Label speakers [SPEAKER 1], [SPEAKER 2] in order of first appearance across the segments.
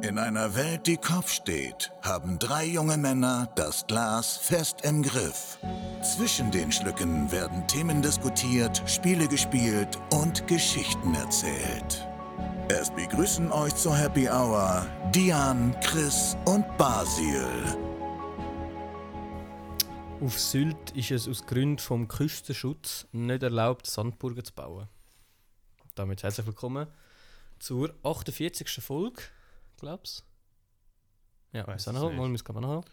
[SPEAKER 1] In einer Welt, die Kopf steht, haben drei junge Männer das Glas fest im Griff. Zwischen den Schlücken werden Themen diskutiert, Spiele gespielt und Geschichten erzählt. Es begrüßen euch zur Happy Hour Dian, Chris und Basil.
[SPEAKER 2] Auf Sylt ist es aus Gründen vom Küstenschutz nicht erlaubt, Sandburgen zu bauen. Damit herzlich willkommen zur 48. Folge, glaub's. Ja,
[SPEAKER 3] Weiss
[SPEAKER 2] weiß auch
[SPEAKER 3] es
[SPEAKER 2] noch,
[SPEAKER 3] nicht.
[SPEAKER 2] mal müssen wir nachholen.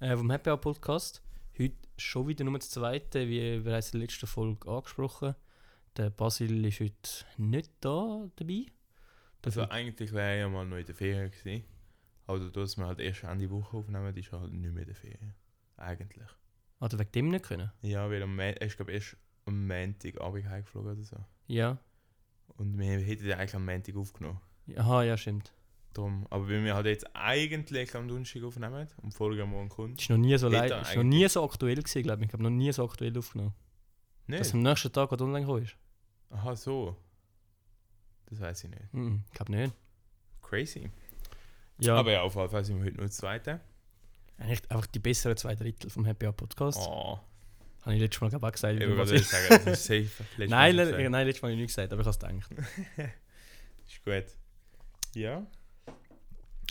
[SPEAKER 2] Äh, vom Happy Hour Podcast. Heute schon wieder nur das zweite, wie bereits in der letzten Folge angesprochen. Der Basil ist heute nicht da dabei.
[SPEAKER 3] Also
[SPEAKER 2] Dafür
[SPEAKER 3] eigentlich wäre ich ja mal noch in der Ferien gewesen. Aber dadurch, dass wir halt erst Ende Woche aufnehmen, ist er halt nicht mehr in der Ferien. Eigentlich.
[SPEAKER 2] hat er Ah, wegen dem nicht können.
[SPEAKER 3] Ja, weil am Mon- er ist glaube erst am Montagabend heimgeflogen oder so.
[SPEAKER 2] Ja.
[SPEAKER 3] Und wir hätten den eigentlich am Montag aufgenommen.
[SPEAKER 2] Aha, ja, stimmt.
[SPEAKER 3] Drum. Aber weil wir halt jetzt eigentlich am Donnerstag aufnehmen und vorigen Morgen kommt.
[SPEAKER 2] Ist noch nie so,
[SPEAKER 3] Hätte
[SPEAKER 2] leid,
[SPEAKER 3] er
[SPEAKER 2] ist noch nie so aktuell gewesen, glaube ich. Ich habe noch nie so aktuell aufgenommen.
[SPEAKER 3] Nicht?
[SPEAKER 2] Dass am nächsten Tag gerade online gekommen ist.
[SPEAKER 3] Aha, so. Das weiß ich nicht.
[SPEAKER 2] Mhm, ich glaube nicht.
[SPEAKER 3] Crazy.
[SPEAKER 2] Ja,
[SPEAKER 3] Aber ja, auf jeden Fall sind wir heute nur das Zweite.
[SPEAKER 2] eigentlich einfach die besseren zwei Drittel vom Happy Hour Podcast.
[SPEAKER 3] Oh,
[SPEAKER 2] Habe ich letztes Mal glaub, auch gesagt.
[SPEAKER 3] ich
[SPEAKER 2] wie
[SPEAKER 3] würde
[SPEAKER 2] was-
[SPEAKER 3] gerade sagen, das ist safe. letztes Mal
[SPEAKER 2] nein, le
[SPEAKER 3] gesagt.
[SPEAKER 2] nein, letztes Mal habe ich nicht gesagt, aber ich habe es gedacht. genau.
[SPEAKER 3] Ist gut. Ja.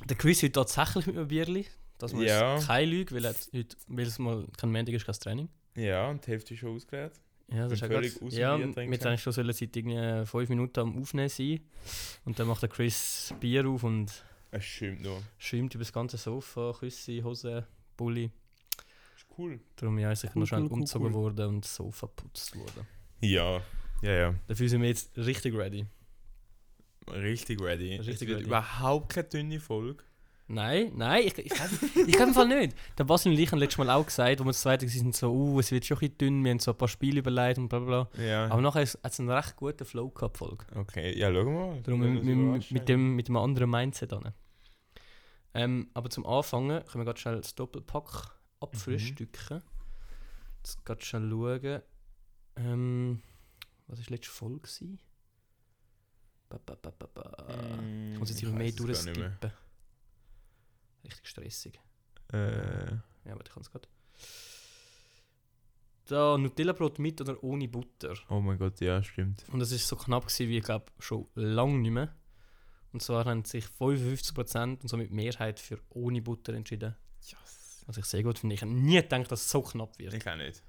[SPEAKER 2] Der Chris heute tatsächlich mit einem Bierli. Das mal
[SPEAKER 3] Hm. Ja.
[SPEAKER 2] ist keine Lüge, weil, er hat heute, weil es mal kein Montag ist, kein Training.
[SPEAKER 3] Ja, und die Hälfte ist schon ausgeleert.
[SPEAKER 2] Ja, das
[SPEAKER 3] Bin
[SPEAKER 2] ist ja
[SPEAKER 3] völlig
[SPEAKER 2] gut.
[SPEAKER 3] außer
[SPEAKER 2] Ja,
[SPEAKER 3] Bier
[SPEAKER 2] wir
[SPEAKER 3] trinken.
[SPEAKER 2] sind eigentlich schon sollen seit irgendwie fünf Minuten am Aufnehmen sein. Und dann macht der Chris Bier auf und
[SPEAKER 3] Es stimmt noch.
[SPEAKER 2] schwimmt über das ganze Sofa, Küsse, Hose, Bulli.
[SPEAKER 3] Ist cool.
[SPEAKER 2] Darum ja, ist er
[SPEAKER 3] Cool,
[SPEAKER 2] noch schnell
[SPEAKER 3] cool, cool,
[SPEAKER 2] umgezogen
[SPEAKER 3] cool.
[SPEAKER 2] worden und das Sofa putzt worden.
[SPEAKER 3] Ja, ja, ja.
[SPEAKER 2] Dafür sind wir jetzt richtig ready.
[SPEAKER 3] Richtig ready.
[SPEAKER 2] Richtig
[SPEAKER 3] es wird
[SPEAKER 2] ready.
[SPEAKER 3] überhaupt keine dünne Folge.
[SPEAKER 2] Nein, nein, ich, ich, ich kann im Fall nicht. Der Basil und ich haben letztes Mal auch gesagt, wo wir das zweite waren, sind so, uh, es wird schon ein bisschen dünn, wir haben so ein paar Spiele überlegt und bla bla bla.
[SPEAKER 3] Ja.
[SPEAKER 2] Aber nachher hat es einen recht guten Flow gehabt, Folge.
[SPEAKER 3] okay, ja, schauen wir mal.
[SPEAKER 2] Darum
[SPEAKER 3] Lass
[SPEAKER 2] mit,
[SPEAKER 3] uns
[SPEAKER 2] mit,
[SPEAKER 3] überraschen.
[SPEAKER 2] mit, dem, mit einem anderen Mindset an. Ähm, aber zum Anfangen können wir gerade schnell das Doppelpack abfrühstücken. Jetzt gerade schnell schauen. Ähm, was war letzte Folge? gewesen? Ba, ba, ba, ba, ba.
[SPEAKER 3] Mm,
[SPEAKER 2] Und jetzt
[SPEAKER 3] ich
[SPEAKER 2] immer
[SPEAKER 3] weiss
[SPEAKER 2] äh, mehr
[SPEAKER 3] es gar nicht mehr.
[SPEAKER 2] durchskippen. Richtig stressig.
[SPEAKER 3] Äh,
[SPEAKER 2] Ja, aber ich kann es gerade. Da Nutella-Brot mit oder ohne Butter.
[SPEAKER 3] oh mein Gott, ja, stimmt.
[SPEAKER 2] Und das ist so knapp gewesen, wie ich glaube, schon lange nicht mehr. Und zwar haben sich 55% und somit die Mehrheit für ohne Butter entschieden.
[SPEAKER 3] Yes.
[SPEAKER 2] Was ich sehr gut finde. Ich habe nie gedacht, dass es so knapp wird.
[SPEAKER 3] Ich auch nicht.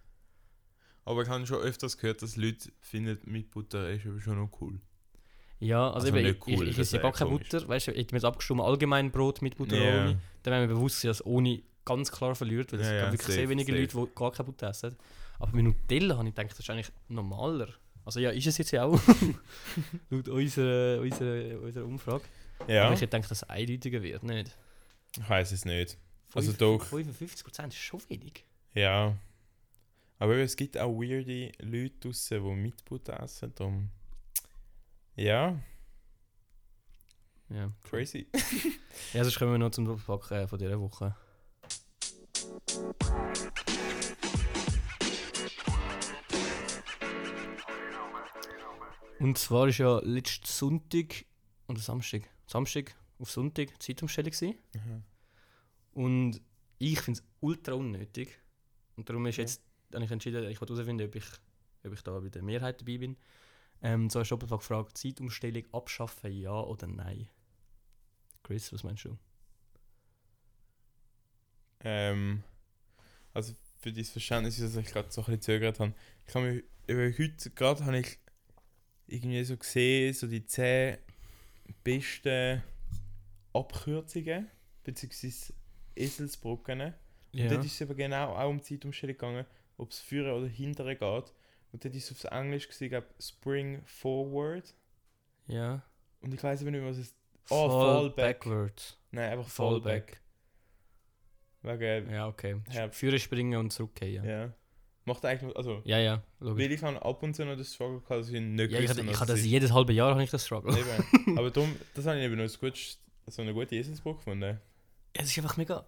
[SPEAKER 3] Aber ich habe schon öfters gehört, dass Leute finden, mit Butter ist aber schon noch cool.
[SPEAKER 2] Ja, also,
[SPEAKER 3] Also
[SPEAKER 2] eben,
[SPEAKER 3] nicht
[SPEAKER 2] ich,
[SPEAKER 3] cool,
[SPEAKER 2] ich, ich
[SPEAKER 3] das
[SPEAKER 2] esse ja
[SPEAKER 3] wär
[SPEAKER 2] gar keine
[SPEAKER 3] komisch.
[SPEAKER 2] Butter. Weißt du, ich habe jetzt abgestimmt, allgemein Brot mit Butter
[SPEAKER 3] Ja.
[SPEAKER 2] oder ohne. Dann wäre mir bewusst, dass ohne ganz klar verliert, weil es
[SPEAKER 3] Ja, ja,
[SPEAKER 2] gibt wirklich
[SPEAKER 3] safe,
[SPEAKER 2] sehr wenige
[SPEAKER 3] safe.
[SPEAKER 2] Leute, die gar keine Butter essen. Aber mit Nutella habe ich gedacht, das ist eigentlich normaler. Also ja, ist es jetzt ja auch. Laut unserer, unserer, unserer Umfrage.
[SPEAKER 3] Ja,
[SPEAKER 2] Aber
[SPEAKER 3] ich,
[SPEAKER 2] ich denke, dass es eindeutiger wird, nicht?
[SPEAKER 3] weiß es nicht. Also
[SPEAKER 2] Fünf-
[SPEAKER 3] doch.
[SPEAKER 2] 55% ist schon wenig.
[SPEAKER 3] Ja. Aber es gibt auch weirde Leute draussen, die mit Butter essen. Darum. Ja,
[SPEAKER 2] Ja.
[SPEAKER 3] crazy.
[SPEAKER 2] Ja, sonst kommen wir noch zum Doppelpack äh, von dieser Woche. Und zwar ist ja letzten Sonntag oder Samstag, Samstag auf Sonntag die Zeitumstellung gewesen.
[SPEAKER 3] Aha.
[SPEAKER 2] Und ich finde es ultra unnötig. Und darum ist jetzt, habe ich entschieden, ich wollte herausfinden, ob ich, ob ich da bei der Mehrheit dabei bin. Ähm, so ist Doppelpack gefragt, Zeitumstellung abschaffen, ja oder nein? Chris, was meinst du?
[SPEAKER 3] Ähm, also für dein Verständnis, dass ich gerade so ein bisschen zögert habe. Ich habe mich über heute gerade habe ich irgendwie so gesehen, so die 10 besten Abkürzungen, beziehungsweise Eselsbrücken. Und dort ist es eben genau auch um die Zeitumstellung gegangen, ob es führen oder hindern geht. Und dort ist es auf Englisch gesehen, glaube Spring Forward.
[SPEAKER 2] Ja.
[SPEAKER 3] Und ich weiß aber nicht mehr, was es
[SPEAKER 2] Oh,
[SPEAKER 3] Oh,
[SPEAKER 2] fall
[SPEAKER 3] Fallback.
[SPEAKER 2] backwards.
[SPEAKER 3] Nein, einfach Fallback.
[SPEAKER 2] Fallback.
[SPEAKER 3] Wegen,
[SPEAKER 2] Ja, okay.
[SPEAKER 3] Ja.
[SPEAKER 2] Führer springen und zurückgehen. Ja,
[SPEAKER 3] ja. Macht eigentlich, also
[SPEAKER 2] ja, ja logisch.
[SPEAKER 3] Weil ich habe ab und zu noch das Struggle gehabt, dass ich nicht
[SPEAKER 2] Ja, ich
[SPEAKER 3] gewusst
[SPEAKER 2] hatte,
[SPEAKER 3] habe,
[SPEAKER 2] ich
[SPEAKER 3] was
[SPEAKER 2] hatte
[SPEAKER 3] es
[SPEAKER 2] das
[SPEAKER 3] ist.
[SPEAKER 2] jedes halbe Jahr habe ich das Struggle.
[SPEAKER 3] Eben. Aber darum, das habe ich eben noch als gut, so eine gute Eselsbrücke gefunden.
[SPEAKER 2] Es ist einfach mega.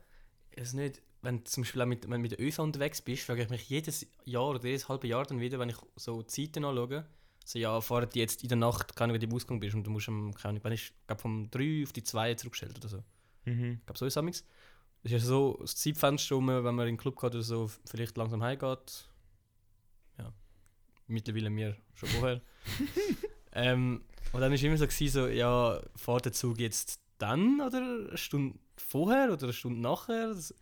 [SPEAKER 2] Es ist nicht, wenn du zum Beispiel auch mit, wenn du mit der ÖV unterwegs bist, frage ich mich jedes Jahr oder jedes halbe Jahr dann wieder, wenn ich so Zeiten anschaue, so ja, fahren die jetzt in der Nacht, keine Ahnung, wenn du im Ausgang bist und du musst am, keine Ahnung, wenn ich glaube vom 3 auf die 2 zurückgestellt oder so.
[SPEAKER 3] Mhm.
[SPEAKER 2] Ich glaube, so ist es Es ist ja so das Zeitfenster, rum, wenn man in den Club geht oder so, vielleicht langsam heimgeht. Ja. Mittlerweile mir schon vorher. ähm, und dann war immer so, gewesen, so ja, fährt der Zug jetzt dann oder eine Stunde vorher oder eine Stunde nachher? Das,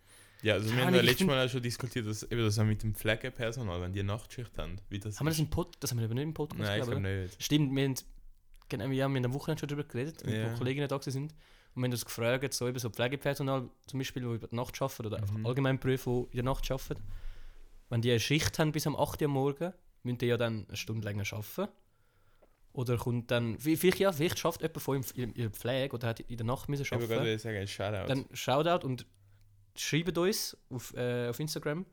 [SPEAKER 3] Ja, also wir
[SPEAKER 2] Ja,
[SPEAKER 3] haben
[SPEAKER 2] nee,
[SPEAKER 3] ja
[SPEAKER 2] ich
[SPEAKER 3] letztes
[SPEAKER 2] find-
[SPEAKER 3] Mal auch schon diskutiert, dass, eben das auch mit dem Pflegepersonal, wenn die Nachtschicht haben, wie das
[SPEAKER 2] haben wir das
[SPEAKER 3] ist.
[SPEAKER 2] im Pod das haben wir aber nicht im Podcast
[SPEAKER 3] Nein, ich
[SPEAKER 2] glaub,
[SPEAKER 3] glaube nicht.
[SPEAKER 2] oder? Stimmt, wir haben, genau, wir haben am Wochenende schon darüber geredet,
[SPEAKER 3] Ja.
[SPEAKER 2] wo Kolleginnen da gewesen sind. Und wir haben uns gefragt, so eben so Pflegepersonal zum Beispiel, die über die Nacht arbeiten oder einfach
[SPEAKER 3] Mhm.
[SPEAKER 2] allgemein Berufe, die in der Nacht arbeiten. Wenn die eine Schicht haben bis am 8 Uhr am morgen, müssen die ja dann eine Stunde länger arbeiten. Oder kommt dann, vielleicht, ja, vielleicht schafft jemand von ihm in der Pflege oder hat in der Nacht müssen
[SPEAKER 3] Ich würde
[SPEAKER 2] arbeiten.
[SPEAKER 3] gerade sagen, ein Shoutout.
[SPEAKER 2] Dann Shoutout und schreibt uns auf, äh, auf Instagram.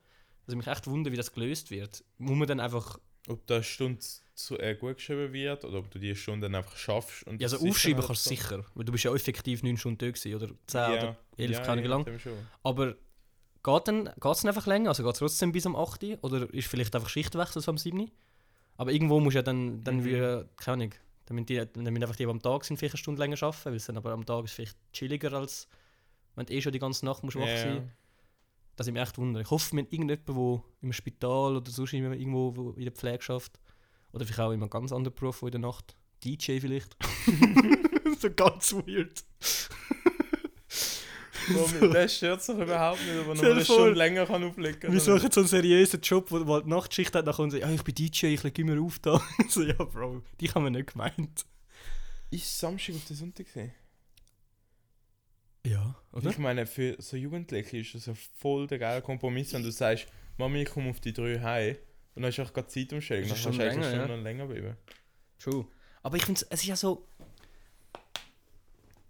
[SPEAKER 2] Also mich echt wundern, wie das gelöst wird. Muss man dann einfach
[SPEAKER 3] ob da eine Stunde zu, äh, gut geschrieben wird oder ob du die Stunde dann einfach schaffst. Und
[SPEAKER 2] Ja, also
[SPEAKER 3] das ist dann
[SPEAKER 2] aufschreiben
[SPEAKER 3] halt
[SPEAKER 2] kannst du
[SPEAKER 3] so.
[SPEAKER 2] sicher, weil du bist ja effektiv 9 Stunden da gewesen, oder 10 oder 11,
[SPEAKER 3] ja,
[SPEAKER 2] keine Ahnung wie
[SPEAKER 3] ja,
[SPEAKER 2] lang.
[SPEAKER 3] dem schon.
[SPEAKER 2] Aber geht dann, geht's dann einfach länger? Also geht es trotzdem bis am 8 Uhr? Oder ist vielleicht einfach Schichtwechsel so am 7 Uhr? Aber irgendwo musst du ja dann, dann
[SPEAKER 3] Mhm.
[SPEAKER 2] wieder, keine Ahnung, damit, die, damit einfach die, die am Tag sind, vielleicht eine Stunde länger arbeiten, weil es dann aber am Tag ist vielleicht chilliger, als wenn du eh schon die ganze Nacht musst wach
[SPEAKER 3] Ja,
[SPEAKER 2] sein
[SPEAKER 3] ja.
[SPEAKER 2] Das ist mir echt wundern. Ich hoffe, wir haben irgendjemanden, der im Spital oder sonst irgendwo wo in der Pflege schafft. Oder vielleicht auch in einem ganz anderen Beruf, der in der Nacht. DJ vielleicht. so ganz weird.
[SPEAKER 3] Bro, Das stört sich überhaupt nicht, aber nur
[SPEAKER 2] Stell dir
[SPEAKER 3] eine
[SPEAKER 2] vor,
[SPEAKER 3] Stunde länger kann auflegen kann.
[SPEAKER 2] Wir suchen so einen seriösen Job, wo, wo die Nachtschicht hat, dann kommen sie, ja, ich bin DJ, ich lege immer auf da. so, ja, Bro, die haben wir nicht gemeint.
[SPEAKER 3] Ist Samstag auf den Sonntag gesehen?
[SPEAKER 2] Ja, oder?
[SPEAKER 3] Ich meine, für so Jugendliche ist das ja voll der geile Kompromiss, wenn du sagst, Mami, ich komme auf die drei heim und dann hast du auch gerade Zeitumstellung, dann
[SPEAKER 2] Das ist
[SPEAKER 3] kannst du
[SPEAKER 2] schon
[SPEAKER 3] eigentlich
[SPEAKER 2] länger,
[SPEAKER 3] schon noch länger bleiben.
[SPEAKER 2] True. Aber ich finde, es ist ja so.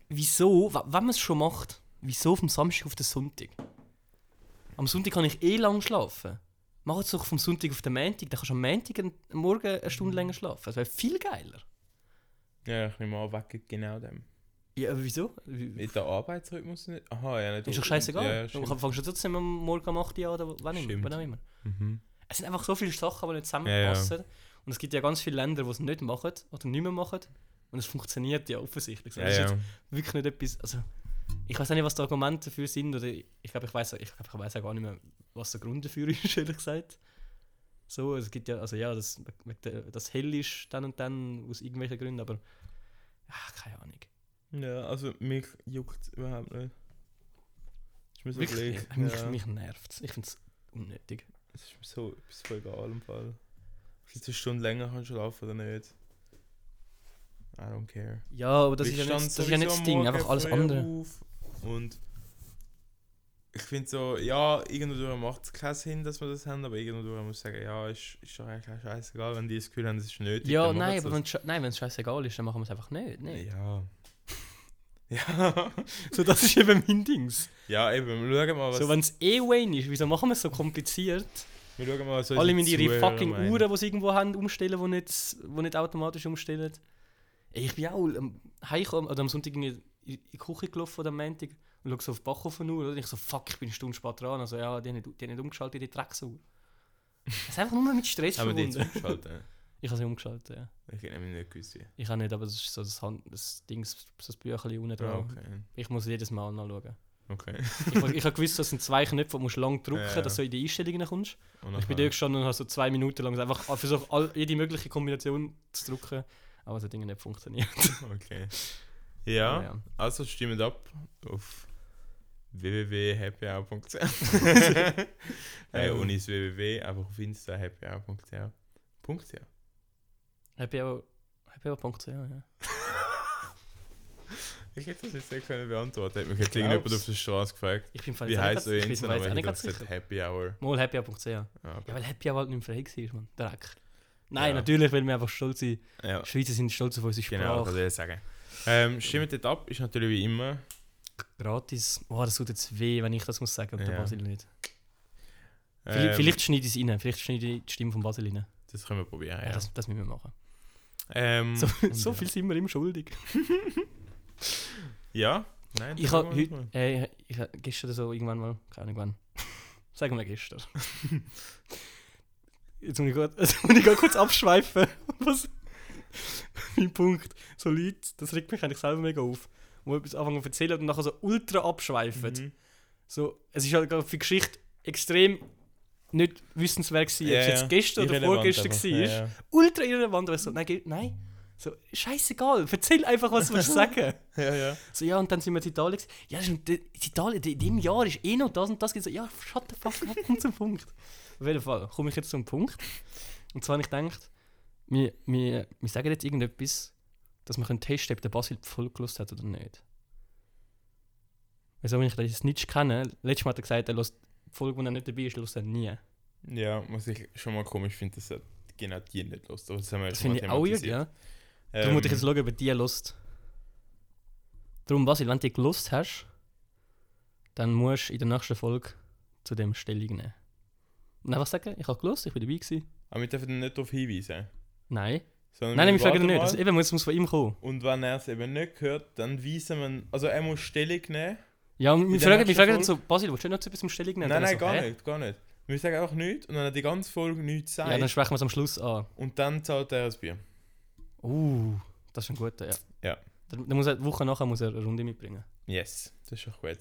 [SPEAKER 2] Wieso, w- wenn man es schon macht, wieso vom Samstag auf den Sonntag? Am Sonntag kann ich eh lang schlafen. Mach es doch vom Sonntag auf den Montag, dann kannst du am Montag am Morgen eine Stunde länger schlafen. Das wäre viel geiler.
[SPEAKER 3] Ja, ich nehme an, wegen genau dem.
[SPEAKER 2] Ja, aber wieso? Wie-
[SPEAKER 3] Mit der Arbeitsrhythmus nicht? Aha, ja, nicht.
[SPEAKER 2] Ist doch scheißegal.
[SPEAKER 3] Ja, ja,
[SPEAKER 2] du
[SPEAKER 3] stimmt.
[SPEAKER 2] fängst ja trotzdem am Morgen um 8 Uhr an oder wann immer.
[SPEAKER 3] Stimmt.
[SPEAKER 2] Wann auch immer.
[SPEAKER 3] Mhm.
[SPEAKER 2] Es sind einfach so viele Sachen, die nicht
[SPEAKER 3] Ja, ja.
[SPEAKER 2] zusammenpassen. Und es gibt ja ganz viele Länder, die es nicht machen oder nicht mehr machen. Und es funktioniert ja offensichtlich.
[SPEAKER 3] Ja,
[SPEAKER 2] Das ist jetzt
[SPEAKER 3] ja.
[SPEAKER 2] wirklich nicht etwas. Also, ich weiß auch nicht, was die Argumente dafür sind. Oder ich glaube, ich weiß ich glaub, ich weiß auch gar nicht mehr, was der Grund dafür ist, ehrlich gesagt. So, es gibt ja, also ja, das, wegen der- das hell ist dann und dann aus irgendwelchen Gründen, aber ach, keine Ahnung.
[SPEAKER 3] ja, also mich juckt es überhaupt nicht. Ist mir so
[SPEAKER 2] Wirklich, äh,
[SPEAKER 3] gleich.
[SPEAKER 2] mich,
[SPEAKER 3] ja.
[SPEAKER 2] mich nervt es. Ich finde es unnötig.
[SPEAKER 3] Es ist mir so etwas voll egal im Fall. Ob du jetzt eine Stunde länger kannst schlafen oder nicht. I don't care.
[SPEAKER 2] Ja, aber das
[SPEAKER 3] Ich
[SPEAKER 2] ist ja nicht
[SPEAKER 3] stand
[SPEAKER 2] das, ist ja nicht
[SPEAKER 3] sowieso
[SPEAKER 2] das
[SPEAKER 3] am
[SPEAKER 2] Ding,
[SPEAKER 3] Morgen
[SPEAKER 2] einfach alles
[SPEAKER 3] früh
[SPEAKER 2] andere.
[SPEAKER 3] auf und ich finde so, ja, irgendwo macht es keinen Sinn, dass wir das haben, aber irgendwo muss ich sagen, ja, ist, ist doch eigentlich auch scheißegal, wenn die das Gefühl haben, das ist nötig.
[SPEAKER 2] Ja,
[SPEAKER 3] dann
[SPEAKER 2] nein,
[SPEAKER 3] machen
[SPEAKER 2] aber wenn es nein, wenn's scheißegal ist, dann machen wir es einfach nicht.
[SPEAKER 3] sie
[SPEAKER 2] Nee.
[SPEAKER 3] das. Ja. Ja.
[SPEAKER 2] So, das ist eben mein Dings.
[SPEAKER 3] ja, eben, wir schauen mal, was.
[SPEAKER 2] So, wenn es eh Wayne ist, wieso machen wir es so kompliziert?
[SPEAKER 3] wir schauen mal, was
[SPEAKER 2] Alle
[SPEAKER 3] unsere
[SPEAKER 2] müssen ihre
[SPEAKER 3] Zuhörer
[SPEAKER 2] fucking
[SPEAKER 3] meinen.
[SPEAKER 2] Uhren, die sie irgendwo haben, umstellen, die nicht, die nicht automatisch umstellen. Ey, Ich bin auch am heimgekommen, oder am Sonntag in in die Küche gelaufen oder am Montag und schaue so auf den Backofen von Uhr. Und ich so, fuck, ich bin eine Stunde spät dran. Also ja, die haben nicht, die haben nicht umgeschaltet, die Drecksuhr. Das ist einfach nur mit Stress
[SPEAKER 3] Haben wir die jetzt
[SPEAKER 2] verbunden.
[SPEAKER 3] umgeschaltet?
[SPEAKER 2] Ich habe sie umgeschaltet, ja.
[SPEAKER 3] Ich hätte nämlich nicht gewusst. wie.
[SPEAKER 2] Ich auch nicht, aber das ist so das, Hand, das Ding, so das Büchlein unten
[SPEAKER 3] Ja,
[SPEAKER 2] dran.
[SPEAKER 3] Ah, okay.
[SPEAKER 2] Ich muss jedes Mal anschauen.
[SPEAKER 3] okay.
[SPEAKER 2] Ich, ich habe gewusst, das sind zwei Knöpfe, die musst du lang drücken,
[SPEAKER 3] Ja, ja.
[SPEAKER 2] dass du in die Einstellungen kommst.
[SPEAKER 3] Und
[SPEAKER 2] Und Ich bin
[SPEAKER 3] nachher-
[SPEAKER 2] dort gestanden und habe so zwei Minuten lang einfach versucht, all, jede mögliche Kombination zu drücken, aber so Dinge nicht funktioniert.
[SPEAKER 3] Okay. Ja,
[SPEAKER 2] Aber ja.
[SPEAKER 3] also stimmt ab auf www.happyhour.ch Hey,
[SPEAKER 2] Ähm.
[SPEAKER 3] ohne das www, einfach auf Insta happyhour.ch Punkt, ja.
[SPEAKER 2] Happy Hour- Happy Hour.ch, ja.
[SPEAKER 3] Ich hätte das jetzt nicht können beantworten. Hat mich jetzt irgendjemand
[SPEAKER 2] glaub's.
[SPEAKER 3] auf der Straße gefragt,
[SPEAKER 2] Ich bin voll
[SPEAKER 3] wie heißt euer
[SPEAKER 2] Ich bin
[SPEAKER 3] Insta,
[SPEAKER 2] jetzt
[SPEAKER 3] aber
[SPEAKER 2] auch
[SPEAKER 3] ich
[SPEAKER 2] nicht
[SPEAKER 3] habe
[SPEAKER 2] ganz sicher.
[SPEAKER 3] gesagt Happy Hour.
[SPEAKER 2] Mal happyhour.ch. Ja,
[SPEAKER 3] Ja,
[SPEAKER 2] weil Happy Hour halt nicht mehr frei war, man. Dreck.
[SPEAKER 3] Ja.
[SPEAKER 2] Nein, natürlich, weil wir einfach stolz sind.
[SPEAKER 3] ja
[SPEAKER 2] Die Schweizer sind stolz auf unsere
[SPEAKER 3] genau,
[SPEAKER 2] Sprache.
[SPEAKER 3] das wollte ich sagen. Ähm, stimmt dort ab, ist natürlich wie immer.
[SPEAKER 2] Gratis. Oh, das tut jetzt weh, wenn ich das muss sagen, und der
[SPEAKER 3] Ja.
[SPEAKER 2] Basil nicht.
[SPEAKER 3] Ähm,
[SPEAKER 2] Vielleicht, vielleicht schneide ich es rein, vielleicht schneide ich die Stimme von Basil rein.
[SPEAKER 3] Das können wir probieren,
[SPEAKER 2] Ja.
[SPEAKER 3] ja.
[SPEAKER 2] Das, das müssen wir machen.
[SPEAKER 3] Ähm,
[SPEAKER 2] So,
[SPEAKER 3] und
[SPEAKER 2] so
[SPEAKER 3] ja.
[SPEAKER 2] viel sind wir ihm schuldig.
[SPEAKER 3] Ja? Nein,
[SPEAKER 2] Ich
[SPEAKER 3] das
[SPEAKER 2] habe
[SPEAKER 3] machen wir nicht mal.
[SPEAKER 2] heute, äh, ich habe gestern oder so irgendwann mal, keine Ahnung wann, sagen wir gestern. jetzt muss ich grad- jetzt muss ich grad kurz abschweifen. Was? mein Punkt, so Leute, das regt mich eigentlich selber mega auf. wo etwas anfangen zu erzählen und nachher so ultra abschweifen.
[SPEAKER 3] Mhm.
[SPEAKER 2] So, es ist halt gerade für die Geschichte extrem nicht wissenswert gewesen, ob es jetzt gestern oder
[SPEAKER 3] Irrelevant
[SPEAKER 2] vorgestern
[SPEAKER 3] einfach.
[SPEAKER 2] war.
[SPEAKER 3] Ja, ja.
[SPEAKER 2] Ultra irrelevant, aber so, nein, geht- nein. So, scheißegal, erzähl einfach, was du willst sagen.
[SPEAKER 3] Ja, ja.
[SPEAKER 2] So, ja, und dann sind wir in Italien. gewesen. Ja, das ist, in Italien, in dem Jahr ist eh noch das und das. gewesen. So, ja, shut the fuck up, komm zum Punkt. Auf jeden Fall komme ich jetzt zum Punkt. Und zwar habe ich gedacht, wir, wir, wir sagen jetzt irgendetwas, dass wir können testen ob der Basil voll gelust hat oder nicht. Wieso, wenn ich das nicht kenne, letztes Mal hat er gesagt, er lässt die Folge, wo er nicht dabei ist, lässt er nie.
[SPEAKER 3] Ja, was ich schon mal komisch finde, dass er genau die nicht lust. Aber das haben wir
[SPEAKER 2] Das
[SPEAKER 3] schon mal
[SPEAKER 2] finde ich auch weird,
[SPEAKER 3] thematisiert.
[SPEAKER 2] ja.
[SPEAKER 3] Ähm,
[SPEAKER 2] Darum muss ich jetzt schauen, ob er die Lust. Darum, Basil, wenn du die Lust hast, dann musst du in der nächsten Folge zu dem Stellung nehmen. Und einfach sagen, ich habe gelust, ich bin dabei gewesen.
[SPEAKER 3] Aber wir dürfen ihn nicht darauf hinweisen.
[SPEAKER 2] Nein.
[SPEAKER 3] Sondern
[SPEAKER 2] Nein, nein, wir fragen ihn
[SPEAKER 3] warten
[SPEAKER 2] nicht.
[SPEAKER 3] mal.
[SPEAKER 2] Das, eben, es muss von ihm kommen.
[SPEAKER 3] Und wenn er es eben nicht hört, dann weisen wir ihn. Also er muss Stellung nehmen.
[SPEAKER 2] Ja, und wir
[SPEAKER 3] der
[SPEAKER 2] fragen, wir
[SPEAKER 3] nächsten
[SPEAKER 2] fragen dann
[SPEAKER 3] Folge?
[SPEAKER 2] so, Basil, willst du nicht noch etwas zum Stellung nehmen?
[SPEAKER 3] nein,
[SPEAKER 2] Dann
[SPEAKER 3] nein,
[SPEAKER 2] so,
[SPEAKER 3] gar
[SPEAKER 2] hä?
[SPEAKER 3] nicht, gar nicht. Wir sagen einfach nichts und dann hat die ganze Folge nichts gesagt.
[SPEAKER 2] Ja, dann sprechen wir es am Schluss an.
[SPEAKER 3] und dann zahlt er das Bier.
[SPEAKER 2] Uh, das ist ein guter, ja.
[SPEAKER 3] Ja.
[SPEAKER 2] Dann, dann muss er, die Woche nachher muss er eine Runde mitbringen.
[SPEAKER 3] Yes, das ist auch gut.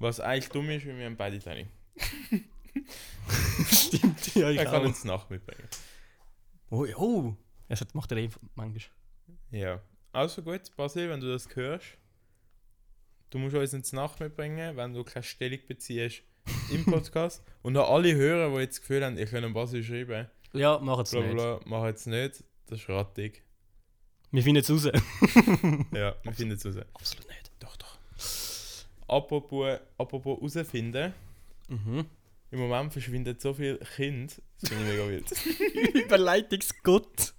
[SPEAKER 3] Was eigentlich dumm ist, weil wir haben beide Training.
[SPEAKER 2] Stimmt, ja,
[SPEAKER 3] Er kann uns nach mitbringen.
[SPEAKER 2] Oh, ja. oh. Ja, das macht er eh manchmal.
[SPEAKER 3] Ja. Also gut, Basil, wenn du das hörst, du musst uns ins Nacht mitbringen, wenn du keine Stellung beziehst im Podcast. und an alle Hörer, die jetzt das Gefühl haben, ich kann Basil schreiben,
[SPEAKER 2] Ja, mach es
[SPEAKER 3] bla
[SPEAKER 2] nicht.
[SPEAKER 3] bla, mach jetzt nicht, das ist rattig.
[SPEAKER 2] Wir finden es raus.
[SPEAKER 3] Ja, wir finden es raus.
[SPEAKER 2] Absolut nicht.
[SPEAKER 3] Doch, doch. Apropos, apropos rausfinden,
[SPEAKER 2] Mhm.
[SPEAKER 3] im Moment verschwindet so viel Kind, das finde ich mega wild.
[SPEAKER 2] Überleitungsgott.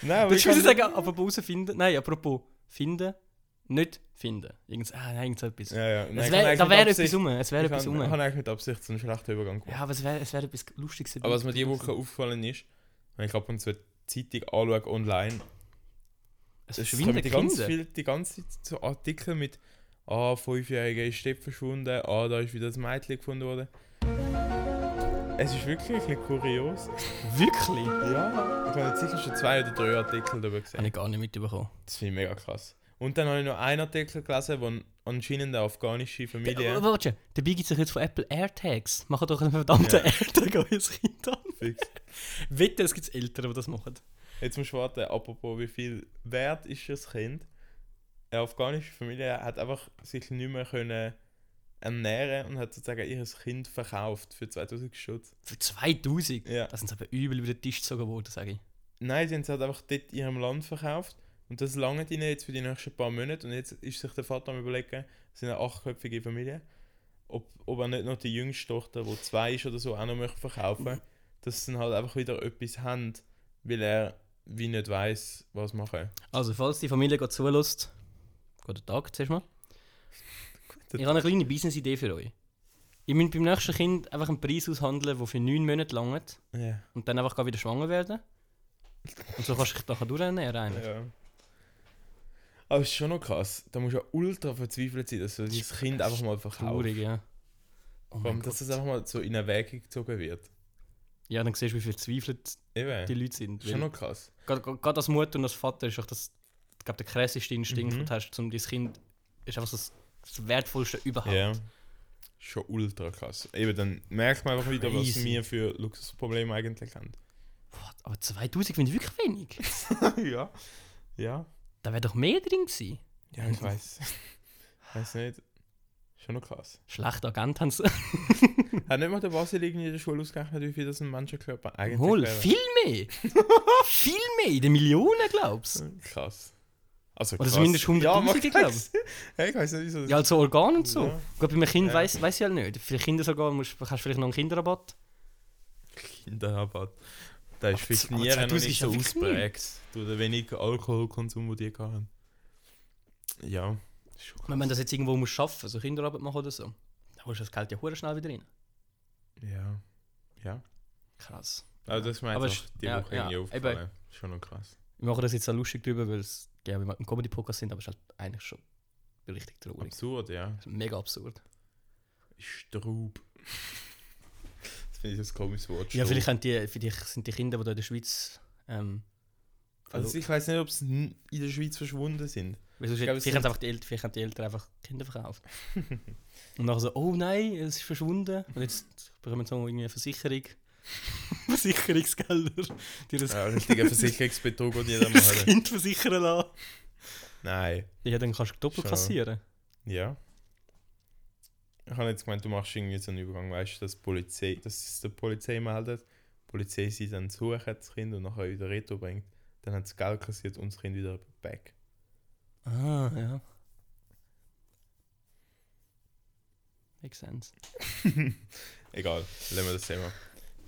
[SPEAKER 3] Nein, aber
[SPEAKER 2] Willst
[SPEAKER 3] ich
[SPEAKER 2] du
[SPEAKER 3] kann-
[SPEAKER 2] sagen, apropos finden? Nein, apropos finden, nicht finden. Irgends, ah, nein, irgend so etwas.
[SPEAKER 3] Ja, ja.
[SPEAKER 2] es
[SPEAKER 3] ich
[SPEAKER 2] wär,
[SPEAKER 3] habe
[SPEAKER 2] da wäre
[SPEAKER 3] eigentlich mit
[SPEAKER 2] etwas
[SPEAKER 3] Absicht-
[SPEAKER 2] rum. Es wäre
[SPEAKER 3] ich
[SPEAKER 2] etwas um. rum.
[SPEAKER 3] habe- Ich
[SPEAKER 2] Ja,
[SPEAKER 3] habe eigentlich mit Absicht so einen schlechten Übergang gemacht.
[SPEAKER 2] aber es wäre es wär etwas Lustiges.
[SPEAKER 3] Aber was mir diese Woche aufgefallen ist, wenn ich ab und zu eine Zeitung anschaue online,
[SPEAKER 2] Es
[SPEAKER 3] es kommen
[SPEAKER 2] verschwindet
[SPEAKER 3] die
[SPEAKER 2] Kinder.
[SPEAKER 3] ganze, viel, die ganze Zeit so Artikel mit «Ah, Fünfjährige ist dort verschwunden», «Ah, da ist wieder das Mädchen gefunden worden». Es ist wirklich ein bisschen kurios.
[SPEAKER 2] Wirklich?
[SPEAKER 3] Ja. Ich habe jetzt sicher schon zwei oder drei Artikel darüber
[SPEAKER 2] Habe
[SPEAKER 3] gesehen.
[SPEAKER 2] ich gar nicht mitbekommen.
[SPEAKER 3] Das finde ich mega krass. Und dann habe ich noch einen Artikel gelesen, wo anscheinend eine afghanische Familie...
[SPEAKER 2] Aber warte, dabei gibt es jetzt von Apple AirTags. Machen doch einen verdammten
[SPEAKER 3] Ja.
[SPEAKER 2] AirTag an euer Kind an.
[SPEAKER 3] Fix.
[SPEAKER 2] Wette, es gibt Eltern, die das machen.
[SPEAKER 3] Jetzt musst du warten, apropos, wie viel wert ist das Kind? Eine afghanische Familie hat einfach sich nicht mehr können ernähren und hat sozusagen ihr Kind verkauft für 2000 Schutz.
[SPEAKER 2] Für 2000.
[SPEAKER 3] Ja.
[SPEAKER 2] Das sind sie aber übel über den Tisch gezogen worden, sage ich.
[SPEAKER 3] Nein, sie haben es halt einfach dort ihrem Land verkauft und das lange ihnen jetzt für die nächsten paar Monate und jetzt ist sich der Vater am überlegen, es sind eine achtköpfige Familie, ob, ob er nicht noch die jüngste Tochter, die zwei ist oder so, auch noch möchte verkaufen, dass sie dann halt einfach wieder etwas haben, weil er wie nicht weiß, was machen.
[SPEAKER 2] Also, falls die Familie gerade zulässt, guten Tag zuerst mal.
[SPEAKER 3] Tag.
[SPEAKER 2] Ich habe eine kleine Business-Idee für euch. Ihr müsst beim nächsten Kind einfach einen Preis aushandeln, der für neun Monate langt
[SPEAKER 3] Ja.
[SPEAKER 2] und dann einfach gleich wieder schwanger werden. Und so kannst du dich nachher durchernähren. Ja.
[SPEAKER 3] Ja. Aber es ist schon noch krass. Da musst du ja ultra verzweifelt sein, dass du dein
[SPEAKER 2] Das
[SPEAKER 3] Kind
[SPEAKER 2] ist
[SPEAKER 3] einfach mal verkauft.
[SPEAKER 2] Traurig, ja. Oh
[SPEAKER 3] Vor
[SPEAKER 2] mein
[SPEAKER 3] allem, dass
[SPEAKER 2] Gott.
[SPEAKER 3] das einfach mal so in Erwägung gezogen wird.
[SPEAKER 2] Ja, dann siehst du, wie verzweifelt
[SPEAKER 3] Eben.
[SPEAKER 2] die Leute sind.
[SPEAKER 3] Das ist schon
[SPEAKER 2] weil-
[SPEAKER 3] noch krass.
[SPEAKER 2] Gerade gerade als Mutter und als Vater ist auch das, ich glaube, der krasseste Instinkt,
[SPEAKER 3] Mhm.
[SPEAKER 2] den du hast, um dein Kind, ist einfach so das, das Wertvollste überhaupt.
[SPEAKER 3] Ja. Schon ultra krass. Eben, dann merkt man einfach wieder, was
[SPEAKER 2] Crazy.
[SPEAKER 3] wir für Luxusprobleme eigentlich haben.
[SPEAKER 2] Boah, aber 2000 finde ich wirklich wenig.
[SPEAKER 3] ja. Ja.
[SPEAKER 2] Da wäre doch mehr drin gewesen.
[SPEAKER 3] Ja, ich weiß. weiß nicht. Schon noch krass.
[SPEAKER 2] Schlechter Agent haben sie.
[SPEAKER 3] Hat nicht mal der Basil irgendwie in der Schule ausgerechnet, wie viel das ein Menschenkörper eigentlich
[SPEAKER 2] Wohl,
[SPEAKER 3] wäre?
[SPEAKER 2] viel mehr! viel mehr! In den Millionen, glaubst du?
[SPEAKER 3] Krass. Also
[SPEAKER 2] Oder zumindest 100'000,
[SPEAKER 3] macht
[SPEAKER 2] glaub ich.
[SPEAKER 3] Sinn. Hey, ich weiß nicht, wieso das
[SPEAKER 2] Ja, also Organ und so.
[SPEAKER 3] Ja.
[SPEAKER 2] Gut, bei einem Kind
[SPEAKER 3] Ja.
[SPEAKER 2] weiss, weiss ich halt nicht. Für Kinder sogar musst, kannst du vielleicht noch einen Kinderrabatt.
[SPEAKER 3] Kinderrabatt. Da ist
[SPEAKER 2] Aber
[SPEAKER 3] vielleicht
[SPEAKER 2] z- aber
[SPEAKER 3] nie noch
[SPEAKER 2] 2000
[SPEAKER 3] nicht
[SPEAKER 2] ist ja
[SPEAKER 3] so
[SPEAKER 2] fix nicht.
[SPEAKER 3] ausprägt. Durch den wenigen Alkoholkonsum, den die hatten. Ja. Schon
[SPEAKER 2] Wenn man das jetzt irgendwo muss schaffen muss, so Kinderarbeit machen oder so, dann holst du das Geld ja hure schnell wieder rein.
[SPEAKER 3] Ja. Ja.
[SPEAKER 2] Krass.
[SPEAKER 3] Also das ist mir
[SPEAKER 2] Aber
[SPEAKER 3] einfach
[SPEAKER 2] es-
[SPEAKER 3] die
[SPEAKER 2] ja,
[SPEAKER 3] Woche
[SPEAKER 2] ja,
[SPEAKER 3] irgendwie
[SPEAKER 2] eben.
[SPEAKER 3] aufgefallen. Schon noch krass.
[SPEAKER 2] Wir machen das jetzt auch lustig drüber, weil es ja, wir ein Comedy-Podcast sind, aber es ist halt eigentlich schon richtig traurig.
[SPEAKER 3] Absurd, ja.
[SPEAKER 2] Das ist mega absurd.
[SPEAKER 3] Strub. Das finde ich so ein komisches Wort.
[SPEAKER 2] Ja,
[SPEAKER 3] Strub.
[SPEAKER 2] vielleicht haben die, für dich sind die Kinder, die da in der Schweiz. Ähm, also
[SPEAKER 3] Also ich weiß nicht, ob sie n- in der Schweiz verschwunden sind.
[SPEAKER 2] Wieso steht-
[SPEAKER 3] glaub, es
[SPEAKER 2] Vielleicht haben
[SPEAKER 3] sind-
[SPEAKER 2] einfach die Eltern, vielleicht haben die Eltern einfach Kinder verkauft. und nachher so, oh nein, es ist verschwunden. Und jetzt bekommen sie noch irgendwie eine Versicherung. Versicherungsgelder. Die das,
[SPEAKER 3] Ja, richtiger Versicherungsbetrug, den jeder
[SPEAKER 2] das
[SPEAKER 3] macht.
[SPEAKER 2] Kind versichern lassen.
[SPEAKER 3] Nein.
[SPEAKER 2] Ja, dann kannst du doppelt
[SPEAKER 3] Schau.
[SPEAKER 2] kassieren.
[SPEAKER 3] Ja. Ich habe jetzt gemeint, du machst irgendwie so einen Übergang, weißt du, dass, die Polizei, dass es der Polizei meldet, die Polizei sie dann sucht, das Kind, und nachher wieder Reto bringt. Dann hat das Geld kassiert und das Kind wieder back.
[SPEAKER 2] Ah, ja. Makes sense.
[SPEAKER 3] Egal, lassen wir das Thema.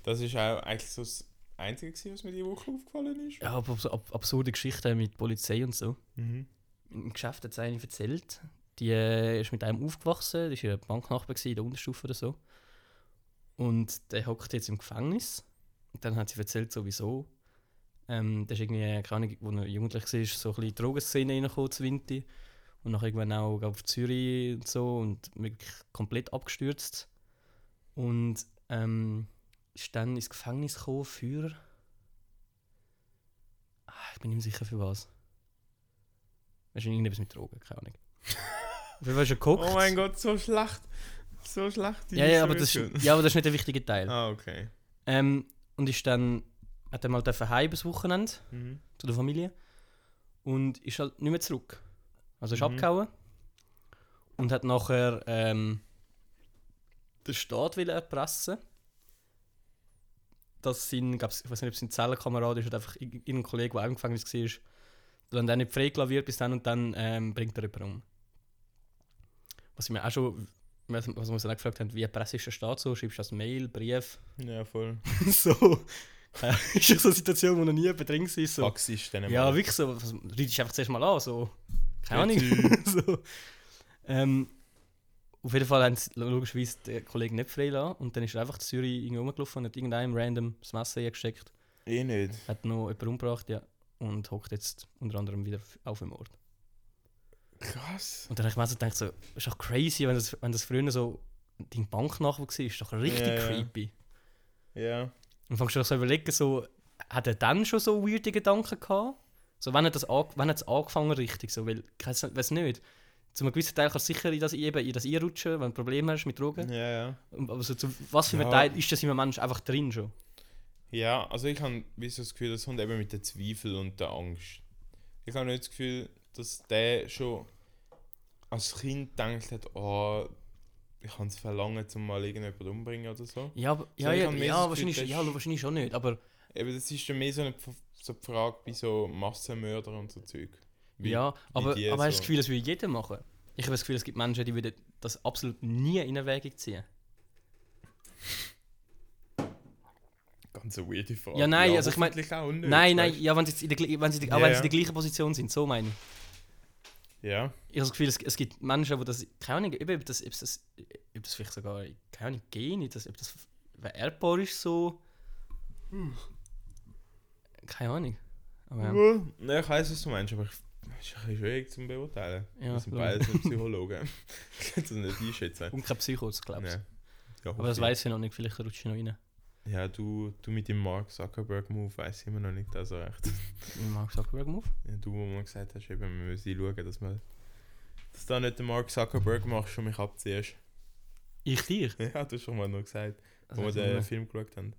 [SPEAKER 3] Das ist auch eigentlich so das Einzige, gewesen, was mir die Woche aufgefallen ist.
[SPEAKER 2] Ja, aber so ab absurde Geschichten mit Polizei und so.
[SPEAKER 3] Mhm.
[SPEAKER 2] Im Geschäft hat es eine erzählt. Die äh, ist mit einem aufgewachsen, die war ihr Banknachbar gewesen, in der Unterstufe oder so. Und der hockt jetzt im Gefängnis. Und dann hat sie erzählt, sowieso. Ähm, das ist irgendwie, keine Ahnung, wo er jugendlich war, ist so ein bisschen Drogenszene reingekommen zu Winter. Und nachher irgendwann auch auf Zürich und so und wirklich komplett abgestürzt. Und ähm, ist dann ins Gefängnis gekommen für. Ah, Ich bin nicht mehr sicher für was. Wahrscheinlich irgendetwas mit Drogen, keine Ahnung. Auf jeden Fall ist er geguckt.
[SPEAKER 3] Oh mein Gott, so schlecht. So schlecht. die
[SPEAKER 2] Ja, ja, aber das,
[SPEAKER 3] Historie.
[SPEAKER 2] ist- ja, aber das ist nicht der wichtige Teil.
[SPEAKER 3] Ah, okay.
[SPEAKER 2] Ähm, und ist dann, hat dann mal dürfen heim das Wochenende
[SPEAKER 3] Mhm.
[SPEAKER 2] zu der Familie und ist halt nicht mehr zurück. Also ist
[SPEAKER 3] Mhm.
[SPEAKER 2] abgehauen und hat nachher ähm, den Staat will erpressen, dass sein, gab's, ich weiß nicht, ob sein Zellenkamerad ist oder einfach ir- irgendein Kollege, der auch im Gefängnis war, wenn der nicht freigelassen wird bis dann und dann ähm, bringt er jemanden um. Was ich mir auch schon, was was wir uns dann auch gefragt haben, wie erpressest du den Staat so? Schreibst du das Mail, Brief?
[SPEAKER 3] Ja, voll.
[SPEAKER 2] so. Äh, ist ja so eine Situation, wo noch nie jemand drin war. So.
[SPEAKER 3] Fax ist dann
[SPEAKER 2] Ja,
[SPEAKER 3] mal.
[SPEAKER 2] wirklich so. was- Redest einfach zuerst mal an, so. Keine Ahnung.
[SPEAKER 3] Grüezi.
[SPEAKER 2] so. ähm, auf jeden Fall haben sie logischerweise den Kollegen nicht freigelassen und dann ist er einfach zu Zürich irgendwie rumgelaufen und hat irgendeinem random das Messer eingesteckt,
[SPEAKER 3] Eh nicht.
[SPEAKER 2] hat noch jemanden umgebracht, ja, und hockt jetzt unter anderem wieder f- auf dem Ort.
[SPEAKER 3] Krass.
[SPEAKER 2] Und dann habe ich mir so gedacht, so, ist doch crazy, wenn das, wenn das früher so dein Banknachwuchs war, ist doch richtig
[SPEAKER 3] Ja, ja.
[SPEAKER 2] creepy.
[SPEAKER 3] Ja.
[SPEAKER 2] Und fängst du dich so überlegen, so, hat er dann schon so weirde Gedanken gehabt? So, wenn hat es angefangen richtig? So, weil, ich weiß weiss nicht, zu einem gewissen Teil kannst du sicher in das, eben, in das einrutschen, wenn du Probleme hast mit Drogen.
[SPEAKER 3] Ja, ja.
[SPEAKER 2] Und- Aber so, zu was für einem
[SPEAKER 3] Ja.
[SPEAKER 2] Teil ist das im Mensch einfach drin schon?
[SPEAKER 3] Ja, also ich habe wie so das Gefühl, das kommt eben mit den Zweifeln und der Angst. Ich habe nicht das Gefühl, dass der schon als Kind gedacht hat, oh, ich kann es verlangen, zum mal irgendjemanden umbringen oder so.
[SPEAKER 2] Ja, aber, ja,
[SPEAKER 3] So, ich
[SPEAKER 2] ja,
[SPEAKER 3] hab
[SPEAKER 2] ja,
[SPEAKER 3] mehr das Gefühl,
[SPEAKER 2] wahrscheinlich,
[SPEAKER 3] das
[SPEAKER 2] ja,
[SPEAKER 3] ist-
[SPEAKER 2] wahrscheinlich schon nicht. Aber
[SPEAKER 3] Eben, das ist dann mehr so eine Pf- so die Frage bei so Massenmördern und so Zeug. Wie-
[SPEAKER 2] ja, aber,
[SPEAKER 3] die
[SPEAKER 2] aber hast du das
[SPEAKER 3] so-
[SPEAKER 2] Gefühl, das würde jeder machen? Ich habe das Gefühl, es gibt Menschen, die würden das absolut nie in Erwägung ziehen.
[SPEAKER 3] Ganz eine weirde Frage.
[SPEAKER 2] Ja, nein, also ich mein-
[SPEAKER 3] hoffentlich auch nicht,
[SPEAKER 2] nein, nein,
[SPEAKER 3] weißt
[SPEAKER 2] ja, wenn sie, jetzt in der, gl- wenn sie, auch
[SPEAKER 3] Ja,
[SPEAKER 2] wenn
[SPEAKER 3] ja.
[SPEAKER 2] sie in der gleichen Position sind, so meine ich.
[SPEAKER 3] du. Ja.
[SPEAKER 2] ich habe das Gefühl, es, es gibt Menschen, die das, keine Ahnung, eben, ob das, ob das, ob das vielleicht sogar, keine Ahnung, Gene, das, ob das vererbbar ist, so. Keine Ahnung. Aber ja.
[SPEAKER 3] Ja. Nein, ich weiß, was du meinst, aber ich, es ist ein bisschen schwierig zu beurteilen.
[SPEAKER 2] Ja,
[SPEAKER 3] wir sind
[SPEAKER 2] klar.
[SPEAKER 3] beides nicht Psychologen. ich kann es nicht einschätzen.
[SPEAKER 2] Und kein Psychos, glaube ich.
[SPEAKER 3] Nein. Ja,
[SPEAKER 2] Aber das
[SPEAKER 3] hoffe
[SPEAKER 2] weiß ich noch nicht, vielleicht rutscht ich noch rein.
[SPEAKER 3] ich. Ja, du, du mit dem Mark Zuckerberg-Move weiß ich immer noch nicht also recht.
[SPEAKER 2] Mit Mark Zuckerberg-Move.
[SPEAKER 3] Ja, du, wo mal gesagt hast, eben, wir müssen schauen, dass man dass du da nicht den Mark Zuckerberg machst und mich abziehst.
[SPEAKER 2] Ich dich?
[SPEAKER 3] Ja, du hast schon mal noch gesagt,
[SPEAKER 2] Also,
[SPEAKER 3] wo wir
[SPEAKER 2] also,
[SPEAKER 3] den Film geschaut haben.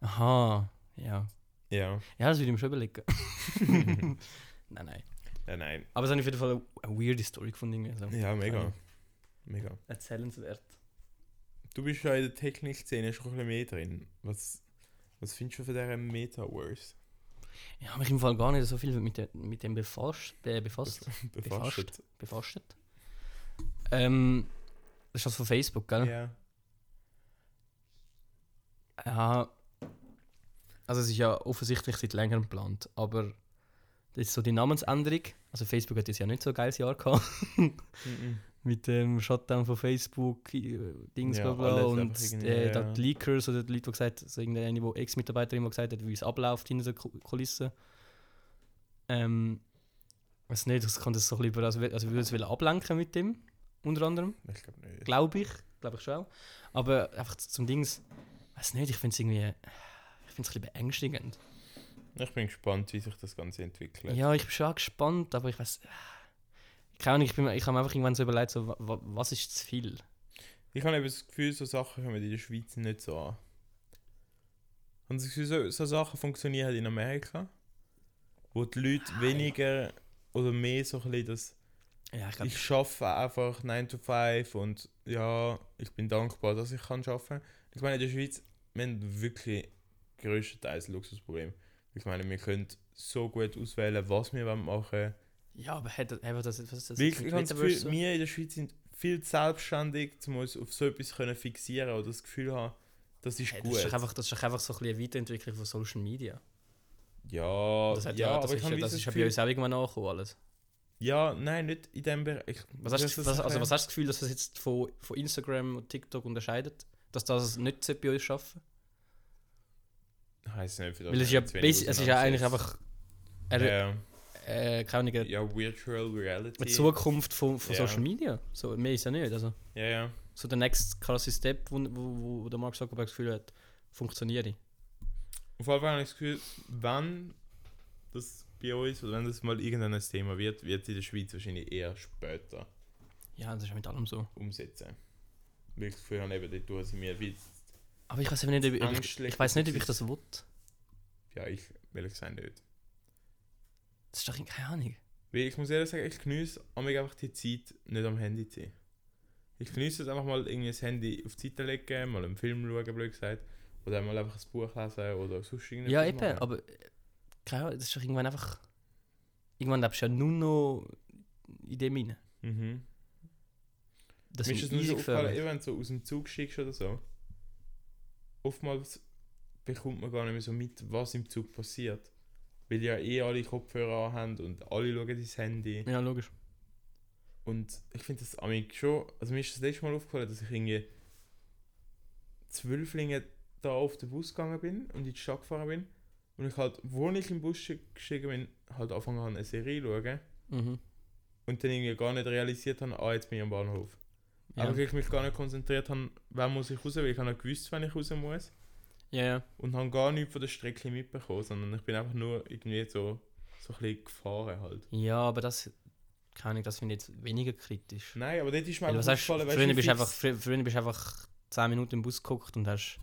[SPEAKER 2] Aha, ja.
[SPEAKER 3] Ja.
[SPEAKER 2] Ja, das würde ich mir schon überlegen. nein, nein.
[SPEAKER 3] Ja, nein.
[SPEAKER 2] Aber es habe ich auf jeden Fall eine, eine weirde Story gefunden. Irgendwie, so.
[SPEAKER 3] Ja, mega. Mega.
[SPEAKER 2] Erzählenswert.
[SPEAKER 3] Du bist ja in der Technik-Szene schon ein bisschen mehr drin. Was, was findest du von dieser Metaverse?
[SPEAKER 2] Ich habe mich im Fall gar nicht so viel mit, de, mit dem befasst, äh, befasst.
[SPEAKER 3] Befasst?
[SPEAKER 2] befastet. Ähm, das ist das von Facebook, gell?
[SPEAKER 3] Ja.
[SPEAKER 2] Ja. Also es ist ja offensichtlich seit längerem geplant, aber das ist so die Namensänderung. Also Facebook hat jetzt ja nicht so ein geiles Jahr gehabt
[SPEAKER 3] Mhm.
[SPEAKER 2] mit dem Shutdown von Facebook, äh, Dings,
[SPEAKER 3] Ja,
[SPEAKER 2] bla bla
[SPEAKER 3] alles
[SPEAKER 2] und
[SPEAKER 3] einfach irgendwie,
[SPEAKER 2] äh,
[SPEAKER 3] ja.
[SPEAKER 2] da die Leakers oder die Leute, die gesagt haben, so irgendeine wo Ex-Mitarbeiterin, die gesagt hat, wie es abläuft hinter der Ku- Kulisse. Ähm, weiß nicht, das kann das so ein bisschen über, also, also würde es wollen ablenken mit dem, unter anderem.
[SPEAKER 3] Ich glaube nicht.
[SPEAKER 2] glaube ich, glaube ich schon. auch. Aber einfach z- zum Dings, weiß nicht, ich finde es irgendwie, ich finde es ein bisschen beängstigend.
[SPEAKER 3] Ich bin gespannt, wie sich das Ganze entwickelt.
[SPEAKER 2] Ja, ich bin schon auch gespannt, aber ich weiß. Keine Ahnung, ich, bin, ich habe mir einfach irgendwann so überlegt, so, wa- wa- was ist zu viel?
[SPEAKER 3] Ich habe eben das Gefühl, so Sachen kommen in der Schweiz nicht so an. Und das Gefühl, so, so Sachen funktionieren halt in Amerika, wo die Leute weniger oder mehr so ein bisschen das
[SPEAKER 2] Ja, ich glaube.
[SPEAKER 3] ich schaffe einfach 9 to 5 und ja, ich bin dankbar, dass ich kann schaffen. Ich meine, in der Schweiz, wir haben wirklich größtenteils ein Luxusproblem. Ich meine, wir können so gut auswählen, was wir wollen machen
[SPEAKER 2] Ja, aber hat das, hat das, was ist das
[SPEAKER 3] Wirklich, ich habe
[SPEAKER 2] mit
[SPEAKER 3] das
[SPEAKER 2] Metaverse
[SPEAKER 3] Gefühl, wir in der Schweiz sind viel zu selbstständig, um uns auf so etwas können fixieren oder das Gefühl haben, das ist
[SPEAKER 2] Hey, das,
[SPEAKER 3] gut.
[SPEAKER 2] ist doch einfach, das ist doch einfach so ein bisschen eine Weiterentwicklung von Social Media.
[SPEAKER 3] ja,
[SPEAKER 2] Das hat
[SPEAKER 3] Oh, ja,
[SPEAKER 2] ja, das
[SPEAKER 3] aber
[SPEAKER 2] ist,
[SPEAKER 3] ich habe
[SPEAKER 2] ja,
[SPEAKER 3] wie
[SPEAKER 2] das
[SPEAKER 3] so
[SPEAKER 2] ist ja
[SPEAKER 3] das
[SPEAKER 2] bei
[SPEAKER 3] Gefühl,
[SPEAKER 2] uns auch irgendwann angekommen alles.
[SPEAKER 3] ja, nein, nicht in dem Bereich. Ich-
[SPEAKER 2] Was hast,
[SPEAKER 3] das
[SPEAKER 2] du-
[SPEAKER 3] ist
[SPEAKER 2] was,
[SPEAKER 3] ein
[SPEAKER 2] also, was
[SPEAKER 3] bisschen-
[SPEAKER 2] hast du das Gefühl, dass das jetzt von, von Instagram und TikTok unterscheidet? Dass das nicht so bei uns schaffen?
[SPEAKER 3] Ich weiss nicht, für das
[SPEAKER 2] Weil es ist ja,
[SPEAKER 3] habe ich mich zu
[SPEAKER 2] basi-
[SPEAKER 3] wenig
[SPEAKER 2] es ist ja eigentlich
[SPEAKER 3] auseinandergesetzt.
[SPEAKER 2] einfach eine,
[SPEAKER 3] Ja.
[SPEAKER 2] äh, keine Ahnung,
[SPEAKER 3] Ja, Virtual Reality.
[SPEAKER 2] eine Zukunft von, von
[SPEAKER 3] Ja.
[SPEAKER 2] Social Media. So, mehr ist ja nicht. Also,
[SPEAKER 3] Ja, ja.
[SPEAKER 2] so der nächste krasse Step, wo, wo, wo der Mark Zuckerberg das Gefühl hat, funktioniert.
[SPEAKER 3] Auf jeden Fall habe ich das Gefühl, wenn das bei uns oder wenn das mal irgendein Thema wird, wird es in der Schweiz wahrscheinlich eher später
[SPEAKER 2] Ja, das ist ja mit allem so.
[SPEAKER 3] umsetzen. Weil ich das Gefühl habe, eben, dort tun sie mir viel.
[SPEAKER 2] Aber ich weiß eben nicht, ob ich,
[SPEAKER 3] Angstlich,
[SPEAKER 2] ich weiß nicht, ob
[SPEAKER 3] das
[SPEAKER 2] ich das will.
[SPEAKER 3] Ja, ich will ich sagen nicht.
[SPEAKER 2] Das ist doch keine Ahnung.
[SPEAKER 3] Weil ich muss ehrlich sagen, ich genieße einfach die Zeit nicht am Handy zu sein. Ich genieße es einfach mal irgendwie das Handy auf die Seite legen, mal einen Film schauen, blöd gesagt. Oder mal einfach ein Buch lesen oder sonst irgendwas.
[SPEAKER 2] Ja, eben, aber äh, keine Ahnung, das ist doch irgendwann einfach. Irgendwann lebst du ja nur noch in dem hinein.
[SPEAKER 3] Mhm.
[SPEAKER 2] Das
[SPEAKER 3] Mir
[SPEAKER 2] ist
[SPEAKER 3] ist es nur
[SPEAKER 2] easy
[SPEAKER 3] so aufgefallen,
[SPEAKER 2] gefallen.
[SPEAKER 3] eben wenn du so aus dem Zug schickst oder so, oftmals bekommt man gar nicht mehr so mit, was im Zug passiert. Weil ja eh alle Kopfhörer anhaben und alle schauen ins Handy.
[SPEAKER 2] Ja, logisch.
[SPEAKER 3] Und ich finde das amig schon. Also mir ist das letzte Mal aufgefallen, dass ich irgendwie zwölflinge da auf den Bus gegangen bin und in die Stadt gefahren bin. Und ich halt, wo ich im Bus schick- gestiegen bin, halt angefangen habe, eine Serie zu schauen.
[SPEAKER 2] Mhm.
[SPEAKER 3] Und dann irgendwie gar nicht realisiert habe, ah, jetzt bin ich am Bahnhof.
[SPEAKER 2] Ja.
[SPEAKER 3] Aber weil ich mich gar nicht konzentriert habe, wann muss ich raus, weil ich habe nicht gewusst, wann ich raus muss.
[SPEAKER 2] ja, ja.
[SPEAKER 3] Und habe gar nichts von der Strecke mitbekommen, sondern ich bin einfach nur irgendwie so, so ein bisschen gefahren halt.
[SPEAKER 2] Ja, aber das. Keine Ahnung, das finde ich jetzt weniger kritisch.
[SPEAKER 3] Nein, aber dort ist mir
[SPEAKER 2] Weil, was hast,
[SPEAKER 3] aufgefallen,
[SPEAKER 2] früher,
[SPEAKER 3] wie
[SPEAKER 2] bist du
[SPEAKER 3] fix-
[SPEAKER 2] einfach, früher, früher bist du einfach 10 Minuten im Bus geguckt und hast.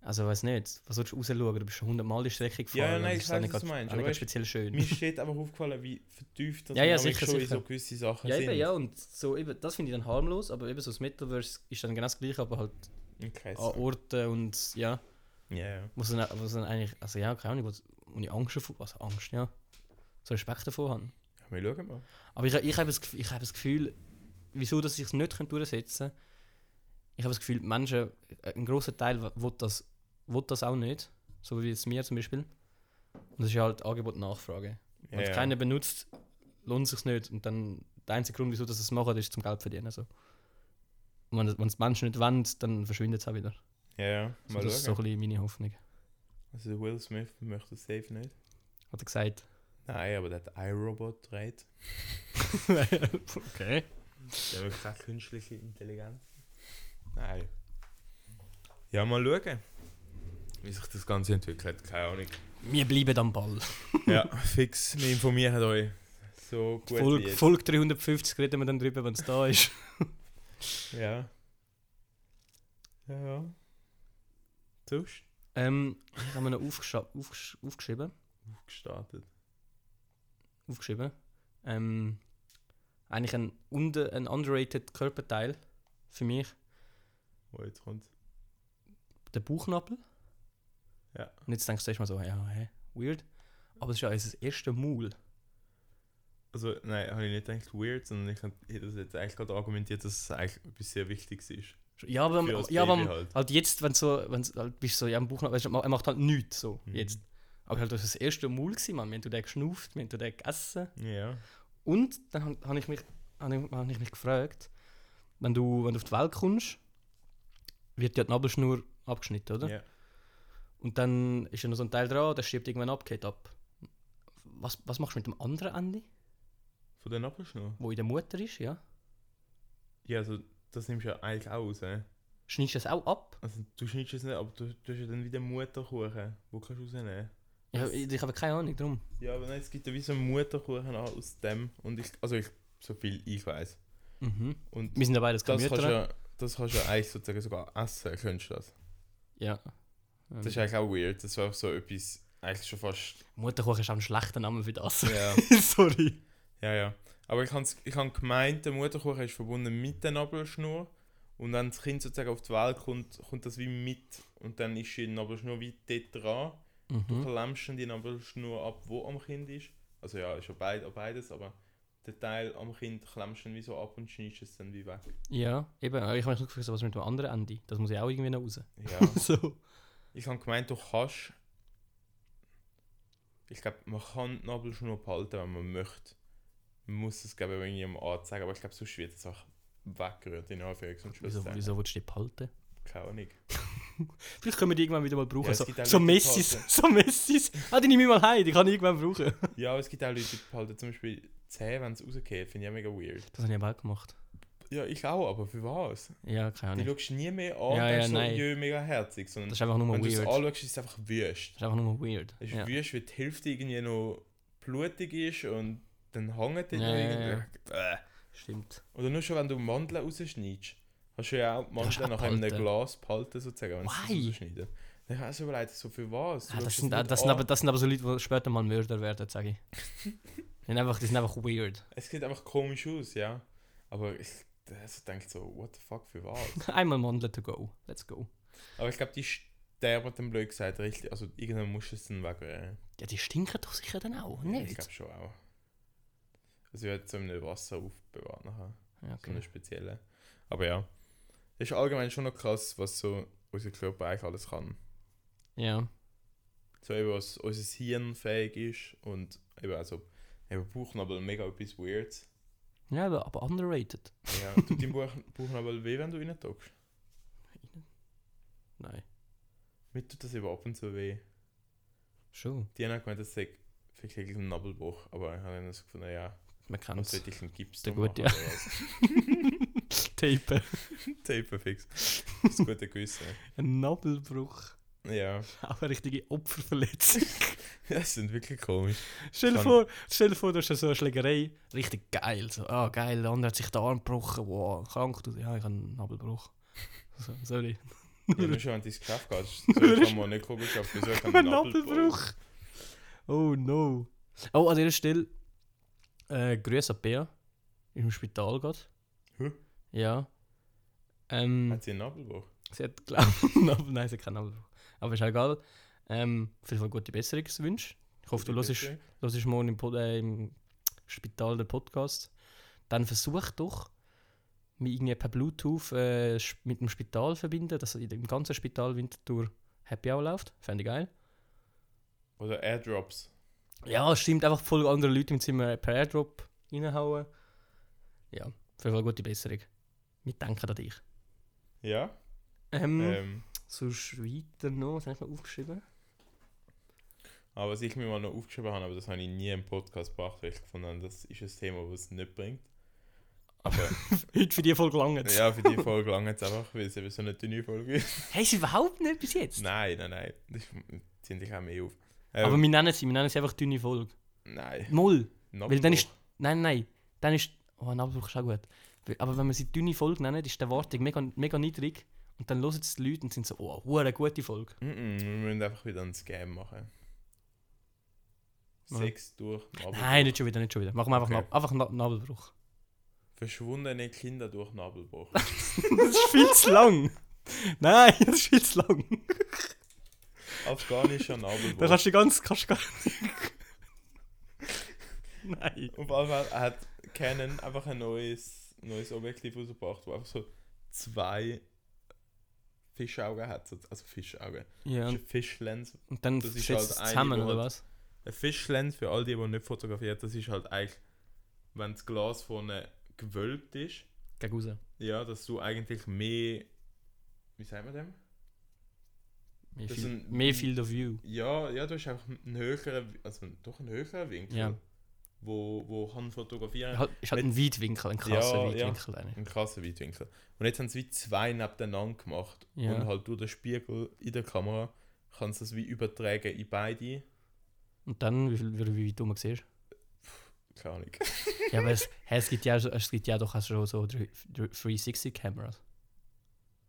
[SPEAKER 2] Also, weiß nicht, was sollst du rausschauen? Du bist schon 100 Mal die Strecke gefahren.
[SPEAKER 3] ja,
[SPEAKER 2] und
[SPEAKER 3] nein,
[SPEAKER 2] das
[SPEAKER 3] ich
[SPEAKER 2] ist auch
[SPEAKER 3] weiss,
[SPEAKER 2] nicht
[SPEAKER 3] was du
[SPEAKER 2] grad-
[SPEAKER 3] meinst,
[SPEAKER 2] auch nicht
[SPEAKER 3] aber
[SPEAKER 2] grad
[SPEAKER 3] ich-
[SPEAKER 2] speziell schön.
[SPEAKER 3] Mir steht einfach aufgefallen, wie vertieft das
[SPEAKER 2] Ja, ja,
[SPEAKER 3] Dynamik
[SPEAKER 2] sicher,
[SPEAKER 3] schon in
[SPEAKER 2] sicher.
[SPEAKER 3] so gewisse Sachen
[SPEAKER 2] Ja,
[SPEAKER 3] sind.
[SPEAKER 2] eben, ja, und so, eben, das finde ich dann harmlos, aber eben so das Metaverse ist dann genau das gleiche, aber halt
[SPEAKER 3] Im Kreis.
[SPEAKER 2] an Orten und ja,
[SPEAKER 3] Ja, ja.
[SPEAKER 2] muss dann, muss dann eigentlich, also ja, keine Ahnung, wo, wo ich Angst davor, also Angst, ja, so Respekt davor habe.
[SPEAKER 3] Ja, Wir schauen mal.
[SPEAKER 2] Aber ich, ich, habe, das, Gef- ich habe das Gefühl, wieso dass ich es nicht könnte durchsetzen kann, ich habe das Gefühl, die Menschen, äh, ein großer Teil w- will das, will das auch nicht, so wie jetzt mir zum Beispiel. Und das ist ja halt Angebot und Nachfrage. Wenn
[SPEAKER 3] Ja,
[SPEAKER 2] es
[SPEAKER 3] ja.
[SPEAKER 2] keiner benutzt, lohnt es sich nicht. Und dann der einzige Grund, wieso das es machen, ist zum Geld verdienen. So. Und wenn das- wenn es die Menschen nicht wollen, dann verschwindet es auch wieder.
[SPEAKER 3] Ja, ja.
[SPEAKER 2] So,
[SPEAKER 3] Mal
[SPEAKER 2] Also das ist so
[SPEAKER 3] schauen.
[SPEAKER 2] ein bisschen meine Hoffnung.
[SPEAKER 3] Also der Will Smith möchte das safe nicht.
[SPEAKER 2] Hat er gesagt.
[SPEAKER 3] Nein, aber der hat iRobot gedreht.
[SPEAKER 2] okay.
[SPEAKER 3] Ja, wirklich keine künstliche Intelligenz. Nein. Ja, mal schauen, wie sich das Ganze entwickelt. Keine Ahnung.
[SPEAKER 2] Wir bleiben am Ball.
[SPEAKER 3] ja, fix. Wir informieren euch. So gut wie
[SPEAKER 2] Folge,
[SPEAKER 3] jetzt.
[SPEAKER 2] Folge 350 reden wir dann drüber, wenn es da ist.
[SPEAKER 3] Ja. Ja, ja. Sonst?
[SPEAKER 2] ähm, ich habe mir noch aufgescha- aufgesch aufgeschrieben.
[SPEAKER 3] Aufgestartet.
[SPEAKER 2] aufgeschrieben. Ähm, eigentlich ein, unter, ein underrated Körperteil für mich.
[SPEAKER 3] Oh, jetzt kommt
[SPEAKER 2] der Bauchnabel.
[SPEAKER 3] Ja.
[SPEAKER 2] Und jetzt denkst du erstmal so, ja, hä, weird. Aber es ist ja unser erstes Maul.
[SPEAKER 3] Also, nein, habe ich nicht gedacht, weird, sondern ich hätte das jetzt eigentlich gerade argumentiert, dass es eigentlich etwas sehr Wichtiges ist.
[SPEAKER 2] Ja, aber,
[SPEAKER 3] Für als
[SPEAKER 2] ja,
[SPEAKER 3] Baby
[SPEAKER 2] aber halt.
[SPEAKER 3] halt.
[SPEAKER 2] jetzt, wenn du so, wenn du halt bist so, ja, am Bauchnabel, weißt du, er macht halt nichts so,
[SPEAKER 3] Mhm.
[SPEAKER 2] jetzt. Aber halt, das war das erste Maul, gewesen, Mann. Wir haben den geschnauft, wir haben den gegessen.
[SPEAKER 3] Ja.
[SPEAKER 2] Und dann habe hab ich, mich- hab ich, hab ich mich gefragt, wenn du, wenn du auf die Welt kommst, wird ja die Nabelschnur abgeschnitten, oder?
[SPEAKER 3] Ja.
[SPEAKER 2] Und dann ist ja noch so ein Teil dran, der stirbt irgendwann ab, geht ab. Was, was machst du mit dem anderen Ende,
[SPEAKER 3] Von der Nabelschnur?
[SPEAKER 2] wo in der Mutter ist, ja?
[SPEAKER 3] Ja, also, das nimmst du ja eigentlich auch raus, eh?
[SPEAKER 2] Schneidest du das auch ab?
[SPEAKER 3] Also du schneidest es nicht, aber du du hast ja dann wieder Mutterkuchen, wo kannst du rausnehmen.
[SPEAKER 2] Ja, ich, ich habe keine Ahnung drum.
[SPEAKER 3] Ja, aber nein, es gibt ja wie so einen Mutterkuchen auch aus dem. Und ich, also ich, so viel ich weiß.
[SPEAKER 2] Mhm.
[SPEAKER 3] Und
[SPEAKER 2] Wir sind ja beides
[SPEAKER 3] das kannst du
[SPEAKER 2] Gemüter.
[SPEAKER 3] ja, das kannst du ja eigentlich sozusagen sogar essen, könntest du das.
[SPEAKER 2] Ja.
[SPEAKER 3] Das ist eigentlich auch weird. Das war einfach so etwas, eigentlich schon fast.
[SPEAKER 2] Mutterkuchen ist auch ein schlechter Name für das.
[SPEAKER 3] Ja,
[SPEAKER 2] Sorry.
[SPEAKER 3] ja. ja. Aber ich habe ich hab gemeint, der Mutterkuchen ist verbunden mit der Nabelschnur. Und wenn das Kind sozusagen auf die Welt kommt, kommt das wie mit. Und dann ist die Nabelschnur wie dort dran. Du
[SPEAKER 2] Mhm.
[SPEAKER 3] klemmst dann die Nabelschnur ab, wo am Kind ist. Also ja, ist ja beid, beides, aber der Teil am Kind klemmst du dann wie so ab und schneidest es dann wie weg.
[SPEAKER 2] Ja, eben. Aber Ich habe mich noch gefragt, so was mit dem anderen Ende. Das muss ich auch irgendwie noch raus.
[SPEAKER 3] Ja.
[SPEAKER 2] so.
[SPEAKER 3] ich habe gemeint, du kannst. Ich glaube, man kann die Nabelschnur behalten, wenn man möchte. Man muss es, glaube ich, irgendjemandem anzeigen, aber ich glaube, sonst wird es auch weggerührt, in Anführungs- und
[SPEAKER 2] Wieso,
[SPEAKER 3] Schlusszeichen.
[SPEAKER 2] wieso willst du die behalten?
[SPEAKER 3] Keine Ahnung.
[SPEAKER 2] Vielleicht können wir die irgendwann wieder mal brauchen.
[SPEAKER 3] Ja, es
[SPEAKER 2] so,
[SPEAKER 3] gibt auch
[SPEAKER 2] so
[SPEAKER 3] Leute, die
[SPEAKER 2] Messis,
[SPEAKER 3] behalten.
[SPEAKER 2] so Messis. Ah, die nehme ich mal heim, die kann ich irgendwann brauchen.
[SPEAKER 3] Ja, aber es gibt auch Leute, die behalten zum Beispiel Zähne, wenn es rausgeht. Finde ich auch mega weird.
[SPEAKER 2] Das habe ich aber auch gemacht.
[SPEAKER 3] Ja, ich auch, aber für was?
[SPEAKER 2] Ja, keine
[SPEAKER 3] Die
[SPEAKER 2] Ahnung.
[SPEAKER 3] schaust nie mehr
[SPEAKER 2] Ja,
[SPEAKER 3] an, ja,
[SPEAKER 2] ja,
[SPEAKER 3] denkst so,
[SPEAKER 2] nein.
[SPEAKER 3] jö, mega herzig. Sondern
[SPEAKER 2] Das ist einfach nur
[SPEAKER 3] wenn du es
[SPEAKER 2] weird. Das
[SPEAKER 3] anschaust, ist es einfach wurscht.
[SPEAKER 2] ist einfach nur weird.
[SPEAKER 3] Es ist
[SPEAKER 2] Ja.
[SPEAKER 3] wurscht, weil die Hälfte irgendwie noch blutig ist und dann hängt die
[SPEAKER 2] Ja,
[SPEAKER 3] noch
[SPEAKER 2] ja,
[SPEAKER 3] irgendwie. Bäh.
[SPEAKER 2] Stimmt. Ah,
[SPEAKER 3] Oder nur schon, wenn du Mandeln rausschneidest. Hast du ja auch die
[SPEAKER 2] kannst
[SPEAKER 3] Mandeln nach einem
[SPEAKER 2] abhalten.
[SPEAKER 3] Glas behalten, sozusagen, wenn du
[SPEAKER 2] Why?
[SPEAKER 3] sie rausschneiden. Dann hast du mir überlegt, so für was? Du
[SPEAKER 2] Ah, das,
[SPEAKER 3] schaust es
[SPEAKER 2] sind,
[SPEAKER 3] nicht
[SPEAKER 2] ah, das, sind
[SPEAKER 3] an.
[SPEAKER 2] aber, das sind aber so Leute, die später mal Mörder werden, sage ich. die, sind einfach, die sind einfach weird.
[SPEAKER 3] Es sieht einfach komisch aus, ja. Aber ich also denke so, what the fuck, für was?
[SPEAKER 2] Einmal Mandeln to go. Let's go.
[SPEAKER 3] aber ich glaube, die sterben dann blöd gesagt, richtig. Also irgendwann musst du es dann wegrennen.
[SPEAKER 2] Ja, die stinken doch sicher dann auch,
[SPEAKER 3] Ich
[SPEAKER 2] nicht?
[SPEAKER 3] glaube schon auch. Also ich werde es in Wasser aufbewahrt nachher.
[SPEAKER 2] Ja,
[SPEAKER 3] So eine
[SPEAKER 2] okay.
[SPEAKER 3] spezielle. Aber ja. Ist allgemein schon noch krass, was so unser Körper eigentlich alles kann.
[SPEAKER 2] ja.
[SPEAKER 3] So eben, was unser Hirn fähig ist und eben also eben Bauchnabel mega etwas weird.
[SPEAKER 2] ja, aber, aber underrated.
[SPEAKER 3] Ja, tut dein Bauch, Bauchnabel weh, wenn du rein tust?
[SPEAKER 2] Nein.
[SPEAKER 3] Mir tut das eben ab und zu weh.
[SPEAKER 2] Schon.
[SPEAKER 3] Die haben gemeint, das sei wirklich ein Nabelbruch, aber ich habe dann so gefunden, ja,
[SPEAKER 2] Man
[SPEAKER 3] was
[SPEAKER 2] kennt's.
[SPEAKER 3] sollte ich einen Gips
[SPEAKER 2] Der
[SPEAKER 3] drum
[SPEAKER 2] gute,
[SPEAKER 3] machen, oder was?
[SPEAKER 2] Tape.
[SPEAKER 3] Tape fix. Das gute Gewissen.
[SPEAKER 2] Ein Nabelbruch.
[SPEAKER 3] Ja,
[SPEAKER 2] Auch eine richtige Opferverletzung.
[SPEAKER 3] das sind wirklich komisch.
[SPEAKER 2] stell, dir
[SPEAKER 3] Kann-
[SPEAKER 2] vor, stell dir vor, du hast so eine Schlägerei. Richtig geil. So, ah, geil, der andere hat sich den Arm gebrochen. Wow, krank. Du, ja, ich habe einen Nabelbruch. So, sorry.
[SPEAKER 3] Ja, nur schon, wenn du ins Geschäft gehst, so kann man nicht gucken, geschafft, wieso ich
[SPEAKER 2] Ein Nabelbruch. Oh no. Oh, an dieser Stelle. Äh, Grüße an Bea. Ist im Spital gerade.
[SPEAKER 3] Hä?
[SPEAKER 2] Ja. Ähm,
[SPEAKER 3] Hat sie einen Nabelbruch?
[SPEAKER 2] sie hat, glaube ich, einen Nabel- nein, sie hat keinen Nabelbruch. Aber ist auch egal. Ähm, auf jeden Fall gute Besserungswünsche. Ich hoffe, du hörst, hörst morgen im, Pod äh, im Spital den Podcast. Dann versuch doch, mich irgendwie per Bluetooth äh, sch- mit dem Spital verbinden, dass im ganzen Spital Winterthur Happy Hour läuft. Fände ich geil.
[SPEAKER 3] Oder Airdrops.
[SPEAKER 2] Ja, stimmt, einfach voll andere Leute im Zimmer per Airdrop reinhauen. Ja, auf jeden Fall gute Besserung. Wir denken an dich.
[SPEAKER 3] Ja?
[SPEAKER 2] Ähm,
[SPEAKER 3] Ähm,
[SPEAKER 2] sonst weiter noch, was habe ich mir aufgeschrieben?
[SPEAKER 3] aber was ich mir mal noch aufgeschrieben habe, aber das habe ich nie im Podcast gebracht, weil ich gefunden habe, das ist ein Thema, das es nicht bringt. Aber
[SPEAKER 2] Heute für die Folge gelangt es.
[SPEAKER 3] ja, für die Folge lange jetzt einfach, weil es eben so eine dünne Folge ist.
[SPEAKER 2] Hey, ist überhaupt nicht bis jetzt?
[SPEAKER 3] Nein, nein, nein. Das ziehe dich auch mehr auf. Ähm,
[SPEAKER 2] Aber wir nennen sie, wir nennen sie einfach dünne Folge.
[SPEAKER 3] nein.
[SPEAKER 2] Moll. Weil
[SPEAKER 3] Nabelbruch.
[SPEAKER 2] dann ist. Nein, nein. Dann ist. Oh, ein Abbruch ist auch gut. Weil- Aber wenn wir sie dünne Folge nennen, ist die Erwartung mega, mega niedrig. Und dann hören es die Leute und sind so, oh, eine gute Folge.
[SPEAKER 3] Mm -mm, wir müssen einfach wieder ein Scam machen.
[SPEAKER 2] Ja.
[SPEAKER 3] Sex durch Nabelbruch.
[SPEAKER 2] Nein, nicht schon wieder, nicht schon wieder. Machen wir einfach,
[SPEAKER 3] Oh, Okay.
[SPEAKER 2] Nab- einfach einen Nabelbruch.
[SPEAKER 3] Verschwundene Kinder durch Nabelbruch.
[SPEAKER 2] Das ist viel zu lang. Nein, das ist viel zu lang.
[SPEAKER 3] Afghanischer Nabelbruch.
[SPEAKER 2] Da kannst du ganz. Kannst du gar Nein.
[SPEAKER 3] Auf jeden Fall hat Canon einfach ein neues, neues Objektiv rausgebracht, wo einfach so zwei Fischaugen hat. so- Also Fischaugen.
[SPEAKER 2] Ja,
[SPEAKER 3] Das ist
[SPEAKER 2] und
[SPEAKER 3] Eine Fischlens.
[SPEAKER 2] und dann
[SPEAKER 3] Das ist
[SPEAKER 2] setzt
[SPEAKER 3] halt
[SPEAKER 2] es
[SPEAKER 3] eine,
[SPEAKER 2] zusammen,
[SPEAKER 3] die
[SPEAKER 2] oder
[SPEAKER 3] halt-
[SPEAKER 2] was?
[SPEAKER 3] Eine Fischlens für all die, die nicht fotografiert, das ist halt eigentlich, wenn das Glas vorne gewölbt ist,
[SPEAKER 2] Gegen raus.
[SPEAKER 3] ja, dass du eigentlich mehr. Wie sagt man dem?
[SPEAKER 2] Mehr,
[SPEAKER 3] Das
[SPEAKER 2] viel,
[SPEAKER 3] sind-
[SPEAKER 2] mehr Field of View.
[SPEAKER 3] Ja, ja, du hast einfach einen höheren, also doch einen höheren Winkel,
[SPEAKER 2] Ja.
[SPEAKER 3] wo, wo kann fotografieren
[SPEAKER 2] Halt, ist halt ein Weitwinkel, ein krasser
[SPEAKER 3] Ja, ja.
[SPEAKER 2] Weitwinkel. eigentlich.
[SPEAKER 3] Ein krasser Weitwinkel. Und jetzt haben sie wie zwei nebeneinander gemacht.
[SPEAKER 2] Ja.
[SPEAKER 3] Und halt durch den Spiegel in der Kamera kannst du das wie übertragen in beide.
[SPEAKER 2] Und dann, wie, viel, wie, wie weit du siehst.
[SPEAKER 3] Keine Ahnung.
[SPEAKER 2] Ja, aber es, hä, es, gibt ja, so- es gibt ja doch auch schon so 360-Kameras.